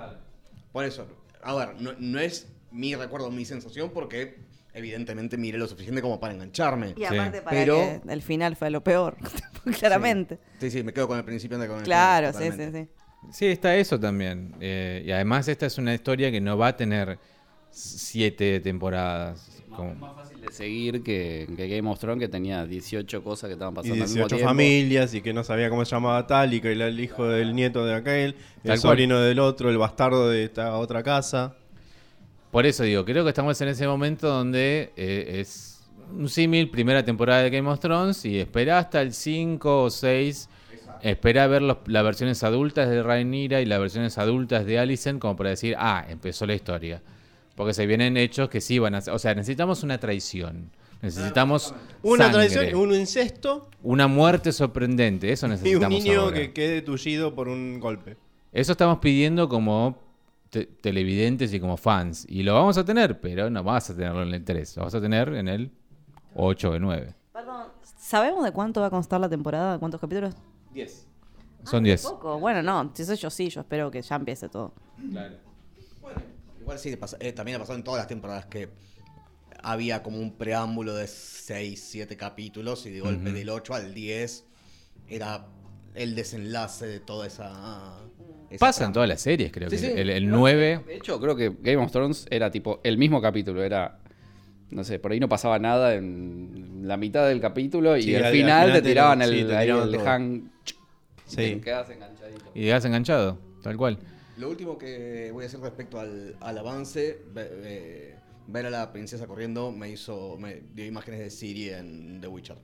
[SPEAKER 5] Por eso, a ver, no, no es mi recuerdo, mi sensación, porque evidentemente miré lo suficiente como para engancharme.
[SPEAKER 2] Y aparte para
[SPEAKER 5] Pero-
[SPEAKER 2] que el final fue lo peor, claramente.
[SPEAKER 5] Sí, sí, me quedo con el principio de con el
[SPEAKER 2] Claro,
[SPEAKER 5] final,
[SPEAKER 2] sí, sí,
[SPEAKER 5] totalmente.
[SPEAKER 2] sí.
[SPEAKER 1] Sí, está eso también. Eh, y además esta es una historia que no va a tener siete temporadas. como-
[SPEAKER 6] Más fácil de seguir que, que Game of Thrones, que tenía 18 cosas que estaban
[SPEAKER 3] Y
[SPEAKER 6] pasando al mismo
[SPEAKER 3] 18
[SPEAKER 6] tiempo.
[SPEAKER 3] familias y que no sabía cómo se llamaba tal y que era el hijo del nieto de aquel, el
[SPEAKER 1] Tal
[SPEAKER 3] sobrino del otro, el bastardo de esta otra casa.
[SPEAKER 1] Por eso digo, creo que estamos en ese momento donde eh, es un símil, primera temporada de Game of Thrones, y espera hasta el 5 o 6. Espera a ver los- las versiones adultas de Rhaenyra y las versiones adultas de Alicent como para decir, ah, empezó la historia. Porque se vienen hechos que sí van a ser. O sea, necesitamos una traición. Necesitamos
[SPEAKER 3] Una
[SPEAKER 1] sangre,
[SPEAKER 3] traición, un incesto
[SPEAKER 1] una muerte sorprendente. Eso
[SPEAKER 3] y un
[SPEAKER 1] necesitamos.
[SPEAKER 3] niño
[SPEAKER 1] ahora.
[SPEAKER 3] que quede tullido por un golpe.
[SPEAKER 1] Eso estamos pidiendo como te- televidentes y como fans. Y lo vamos a tener, pero no vas a tenerlo en el 3. Lo vas a tener en el 8 o el 9.
[SPEAKER 2] Perdón, ¿sabemos de cuánto va a constar la temporada? ¿Cuántos capítulos?
[SPEAKER 5] Ah,
[SPEAKER 1] Son
[SPEAKER 3] Pues,
[SPEAKER 1] 10.
[SPEAKER 2] Poco. Bueno, no, si soy yo sí, yo espero que ya empiece todo.
[SPEAKER 5] Igual sí, pasa- eh, también ha pasado en todas las temporadas que había como un preámbulo de 6, 7 capítulos y de golpe del 8 al 10 era el desenlace de toda esa... esa
[SPEAKER 1] Pasa
[SPEAKER 5] trama.
[SPEAKER 1] en todas las series, creo
[SPEAKER 5] Sí,
[SPEAKER 1] que.
[SPEAKER 5] sí.
[SPEAKER 1] El, el 9.
[SPEAKER 6] De hecho, creo que Game of Thrones era tipo el mismo capítulo, era. No sé, por ahí no pasaba nada en la mitad del capítulo y
[SPEAKER 3] Sí,
[SPEAKER 6] al,
[SPEAKER 3] al- al
[SPEAKER 6] final
[SPEAKER 3] final
[SPEAKER 6] te
[SPEAKER 3] te-
[SPEAKER 6] tiraban
[SPEAKER 3] sí,
[SPEAKER 6] el,
[SPEAKER 3] te
[SPEAKER 6] ahí
[SPEAKER 3] tiraban
[SPEAKER 6] el
[SPEAKER 3] todo.
[SPEAKER 6] hang. Y
[SPEAKER 3] Sí.
[SPEAKER 6] te quedas enganchadito.
[SPEAKER 1] Y llegas enganchado, tal cual.
[SPEAKER 5] Lo último que voy a hacer respecto al, al avance, ve- eh, ver a la princesa corriendo me hizo, me dio imágenes de Siri en The Witcher.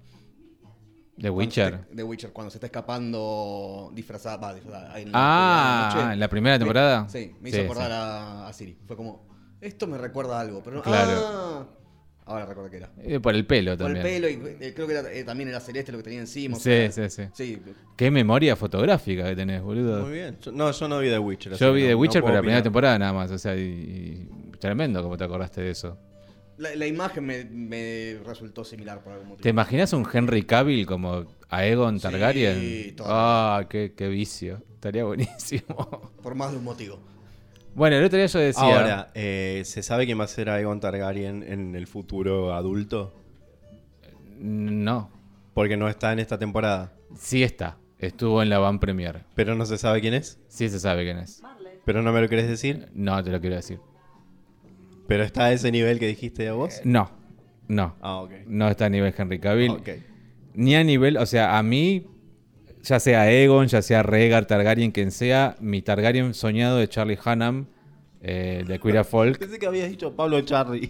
[SPEAKER 1] The
[SPEAKER 5] Cuando se
[SPEAKER 1] Witcher.
[SPEAKER 5] está- The Witcher, cuando se está escapando disfrazada, va, disfrazada, en la
[SPEAKER 1] Ah,
[SPEAKER 5] oscuridad de la noche.
[SPEAKER 1] en la primera
[SPEAKER 5] Me-
[SPEAKER 1] temporada.
[SPEAKER 5] sí, me
[SPEAKER 1] Sí,
[SPEAKER 5] hizo acordar
[SPEAKER 1] sí.
[SPEAKER 5] A, a Siri. Fue como, esto me recuerda a algo, pero no.
[SPEAKER 1] Claro.
[SPEAKER 5] ah, ahora recuerdo que era.
[SPEAKER 1] Eh, por el pelo
[SPEAKER 5] Por el
[SPEAKER 1] también.
[SPEAKER 5] pelo, y eh, creo que era, eh, también era celeste lo que tenía encima. o
[SPEAKER 1] Sí,
[SPEAKER 5] sea,
[SPEAKER 1] sí, sí.
[SPEAKER 5] Sí,
[SPEAKER 1] Qué memoria fotográfica que tenés, boludo.
[SPEAKER 3] Muy bien. Yo- No, yo no vi The Witcher. así
[SPEAKER 1] Yo vi
[SPEAKER 3] que no-
[SPEAKER 1] The
[SPEAKER 3] no
[SPEAKER 1] Witcher,
[SPEAKER 3] puedo
[SPEAKER 1] pero la primera
[SPEAKER 3] opinar.
[SPEAKER 1] temporada nada más. O sea, y- y tremendo como te acordaste de eso.
[SPEAKER 5] la, la imagen me, me resultó similar por algún motivo.
[SPEAKER 1] ¿Te imaginas un Henry Cavill como Aegon Targaryen?
[SPEAKER 5] totalmente.
[SPEAKER 1] Ah, qué, qué vicio. Estaría buenísimo.
[SPEAKER 5] Por más de un motivo.
[SPEAKER 1] Bueno, el otro día yo decía.
[SPEAKER 3] Ahora, eh, ¿se sabe quién va a ser Aegon Targaryen en el futuro adulto?
[SPEAKER 1] No.
[SPEAKER 3] Porque no está en esta temporada.
[SPEAKER 1] Sí está. Estuvo en la Van Premier.
[SPEAKER 3] Pero no se sabe quién es.
[SPEAKER 1] Sí se sabe quién es.
[SPEAKER 3] Pero no me lo querés decir.
[SPEAKER 1] No te lo quiero decir.
[SPEAKER 3] Pero está a ese nivel que dijiste a vos.
[SPEAKER 1] No. No.
[SPEAKER 3] Ah, ok.
[SPEAKER 1] No está a nivel Henry Cavill.
[SPEAKER 3] Ok.
[SPEAKER 1] Ni a nivel. O sea, a mí. Ya sea Aegon, ya sea Rhaegar, Targaryen, quien sea. Mi Targaryen soñado de Charlie Hannam. eh, de Queer as Folk.
[SPEAKER 3] Pensé que habías dicho Pablo Charry.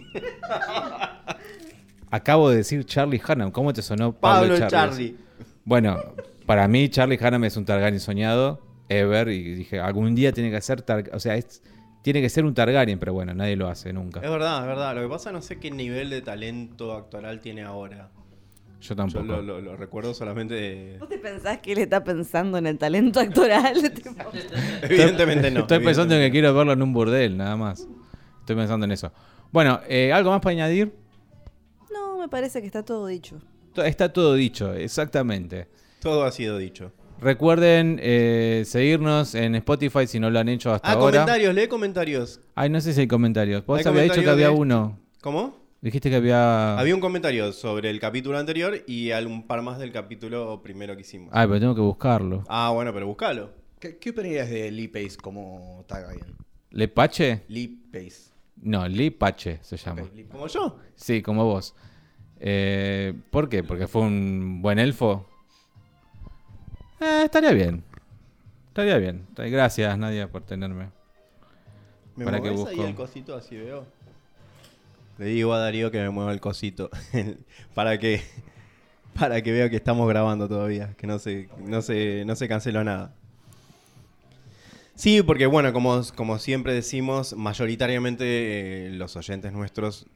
[SPEAKER 1] Acabo de decir Charlie Hannam. ¿Cómo te sonó Pablo,
[SPEAKER 3] Pablo
[SPEAKER 1] Charlie?
[SPEAKER 3] Charry.
[SPEAKER 1] Bueno, para mí Charlie Hannam es un Targaryen soñado, ever, y dije, algún día tiene que ser Targaryen. O sea, es Tiene que ser un Targaryen, pero bueno, nadie lo hace nunca.
[SPEAKER 3] Es verdad, es verdad. Lo que pasa no sé qué nivel de talento actoral tiene ahora.
[SPEAKER 1] Yo
[SPEAKER 3] Yo
[SPEAKER 1] tampoco.
[SPEAKER 3] lo, lo- lo recuerdo solamente de...
[SPEAKER 2] ¿Vos te pensás que él está pensando en el talento actoral? Tipo,
[SPEAKER 3] Evidentemente no.
[SPEAKER 1] Estoy pensando en que
[SPEAKER 3] evidentemente
[SPEAKER 1] quiero verlo en un burdel, nada más. Estoy pensando en eso. Bueno, eh, ¿algo más para añadir?
[SPEAKER 2] no, me parece que está todo dicho.
[SPEAKER 1] To- Está todo dicho, exactamente.
[SPEAKER 3] no. Todo ha sido dicho.
[SPEAKER 1] Recuerden eh, seguirnos en Spotify si no lo han hecho hasta
[SPEAKER 3] Ah,
[SPEAKER 1] ahora.
[SPEAKER 3] comentarios, lee comentarios.
[SPEAKER 1] Ay, no sé si hay comentarios. Vos
[SPEAKER 3] Hay
[SPEAKER 1] habías dicho que
[SPEAKER 3] comentarios
[SPEAKER 1] había
[SPEAKER 3] de-
[SPEAKER 1] uno.
[SPEAKER 3] ¿Cómo?
[SPEAKER 1] Dijiste que había...
[SPEAKER 3] Había un comentario sobre el capítulo anterior y al- un par más del capítulo primero que hicimos.
[SPEAKER 1] Ay, pero tengo que buscarlo.
[SPEAKER 3] Ah, bueno, pero búscalo.
[SPEAKER 5] ¿Qué, qué opinarías de Lee Pace como Targaryen?
[SPEAKER 1] ¿Le Pache?
[SPEAKER 5] Lee Pace.
[SPEAKER 1] No, Lee Pache se llama.
[SPEAKER 5] Ok, Lee Pace.
[SPEAKER 3] Como yo.
[SPEAKER 1] Sí, como vos. Eh, ¿Por qué? ¿Porque fue un buen elfo? Eh, estaría bien. Estaría bien. Gracias, Nadia, por tenerme.
[SPEAKER 3] ¿Me
[SPEAKER 1] Para que
[SPEAKER 3] movés ahí
[SPEAKER 1] busco.
[SPEAKER 3] el cosito así veo? Le digo a Darío que me mueva el cosito. para que para que vea que estamos grabando todavía, que no se, no se, no se canceló nada. Sí, porque bueno, como, como siempre decimos, mayoritariamente eh, los oyentes nuestros...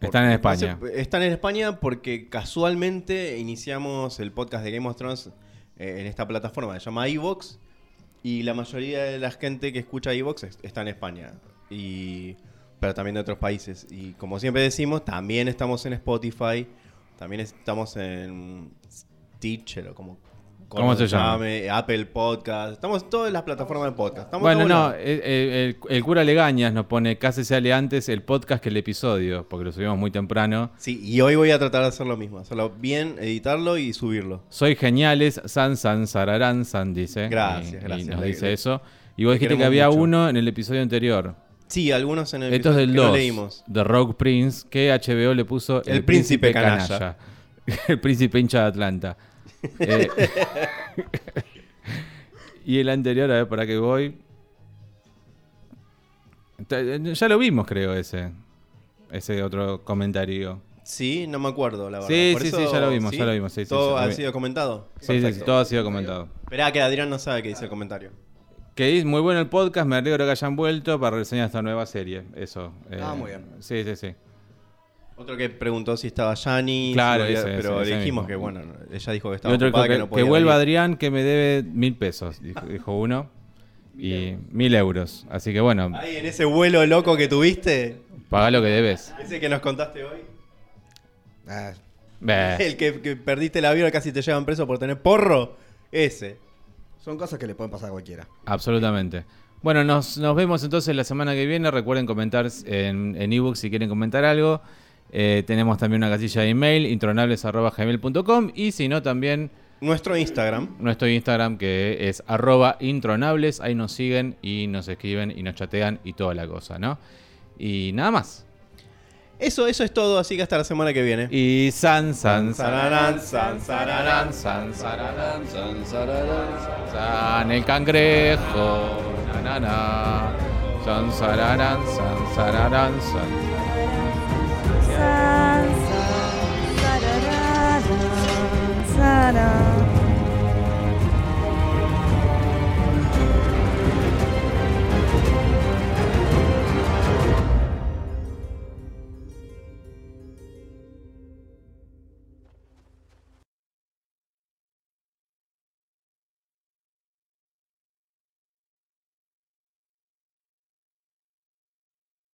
[SPEAKER 1] Están en España.
[SPEAKER 3] no sé, están en España porque casualmente iniciamos el podcast de Game of Thrones eh, en esta plataforma, se llama iVox, y la mayoría de la gente que escucha iVox es- está en España, y, pero también de otros países. Y como siempre decimos, también estamos en Spotify, también estamos en Teacher o como...
[SPEAKER 1] ¿Cómo
[SPEAKER 3] como
[SPEAKER 1] se llama?
[SPEAKER 3] llame, Apple Podcast. Estamos en todas las plataformas de podcast. Estamos
[SPEAKER 1] Bueno,
[SPEAKER 3] en
[SPEAKER 1] no,
[SPEAKER 3] todos
[SPEAKER 1] eh,
[SPEAKER 3] lados.
[SPEAKER 1] eh, el, el cura Legañas nos pone casi sale antes el podcast que el episodio, porque lo subimos muy temprano.
[SPEAKER 3] Sí, y hoy voy a tratar de hacer lo mismo. Hacerlo bien, editarlo y subirlo.
[SPEAKER 1] Soy geniales, san, san, sararán, san, dice.
[SPEAKER 3] Gracias,
[SPEAKER 1] Y- y
[SPEAKER 3] gracias.
[SPEAKER 1] nos
[SPEAKER 3] Le-
[SPEAKER 1] dice
[SPEAKER 3] le-
[SPEAKER 1] eso. Y vos dijiste
[SPEAKER 3] le
[SPEAKER 1] que
[SPEAKER 3] queremos
[SPEAKER 1] había
[SPEAKER 3] mucho.
[SPEAKER 1] uno en el episodio anterior.
[SPEAKER 3] Sí, algunos en el
[SPEAKER 1] Esto es
[SPEAKER 3] episodio
[SPEAKER 1] del
[SPEAKER 3] que no
[SPEAKER 1] 2,
[SPEAKER 3] leímos.
[SPEAKER 1] de Rogue Prince, que HBO le puso
[SPEAKER 3] El príncipe canalla.
[SPEAKER 1] El príncipe hincha de Atlanta. Eh, y el anterior, a ver, para que voy. Ta- Ya lo vimos, creo, ese. Ese otro comentario.
[SPEAKER 3] Sí, no me acuerdo, la verdad.
[SPEAKER 1] Sí,
[SPEAKER 3] Por
[SPEAKER 1] sí, sí, ya lo vimos, ya lo vimos, sí, sí,
[SPEAKER 3] ¿Todo
[SPEAKER 1] ya lo
[SPEAKER 3] ha
[SPEAKER 1] vi-
[SPEAKER 3] sido comentado?
[SPEAKER 1] Sí, sí, sí, todo ha sido comentado.
[SPEAKER 3] Esperá que Adrián no sabe que dice el comentario.
[SPEAKER 1] Que es muy bueno el podcast, me alegro que hayan vuelto para reseñar esta nueva serie. Eso. eh,
[SPEAKER 5] Ah, muy bien.
[SPEAKER 1] Sí, sí, sí.
[SPEAKER 3] Otro que preguntó si estaba Yanni.
[SPEAKER 1] Claro,
[SPEAKER 3] si volvía-
[SPEAKER 1] ese,
[SPEAKER 3] pero
[SPEAKER 1] ese, ese
[SPEAKER 3] le dijimos
[SPEAKER 1] mismo.
[SPEAKER 3] que, bueno, no, ella dijo que
[SPEAKER 1] Y
[SPEAKER 3] estaba
[SPEAKER 1] otro dijo
[SPEAKER 3] ocupada,
[SPEAKER 1] que,
[SPEAKER 3] que, no
[SPEAKER 1] que
[SPEAKER 3] podía
[SPEAKER 1] vuelva
[SPEAKER 3] venir.
[SPEAKER 1] Adrián, que me debe mil pesos, dijo, dijo uno. Y mil euros. Así que bueno,
[SPEAKER 3] Ahí, en ese vuelo loco que tuviste,
[SPEAKER 1] paga lo que debes.
[SPEAKER 3] ese que nos contaste hoy.
[SPEAKER 5] Ah,
[SPEAKER 1] Beh,
[SPEAKER 3] El que, que perdiste el avión, casi te llevan preso por tener porro. Ese.
[SPEAKER 5] son cosas que le pueden pasar a cualquiera.
[SPEAKER 1] absolutamente. Bueno, nos, nos vemos entonces la semana que viene. Recuerden comentar en en ebook si quieren comentar algo. Eh, tenemos también una casilla de email, intronables.gmail.com y si no también
[SPEAKER 3] Nuestro Instagram.
[SPEAKER 1] nuestro Instagram que es arroba intronables. Ahí nos siguen y nos escriben y nos chatean y toda la cosa, ¿no? Y nada más.
[SPEAKER 3] Eso, eso es todo, así que hasta la semana que viene.
[SPEAKER 1] Y san, san, san,
[SPEAKER 3] Sararán, san, sararán,
[SPEAKER 1] san, sararán.
[SPEAKER 6] San, sararán, san.
[SPEAKER 1] San el cangrejo, na, na, na. San sararán, san sararán, san.
[SPEAKER 2] San, san, sararán, sarán.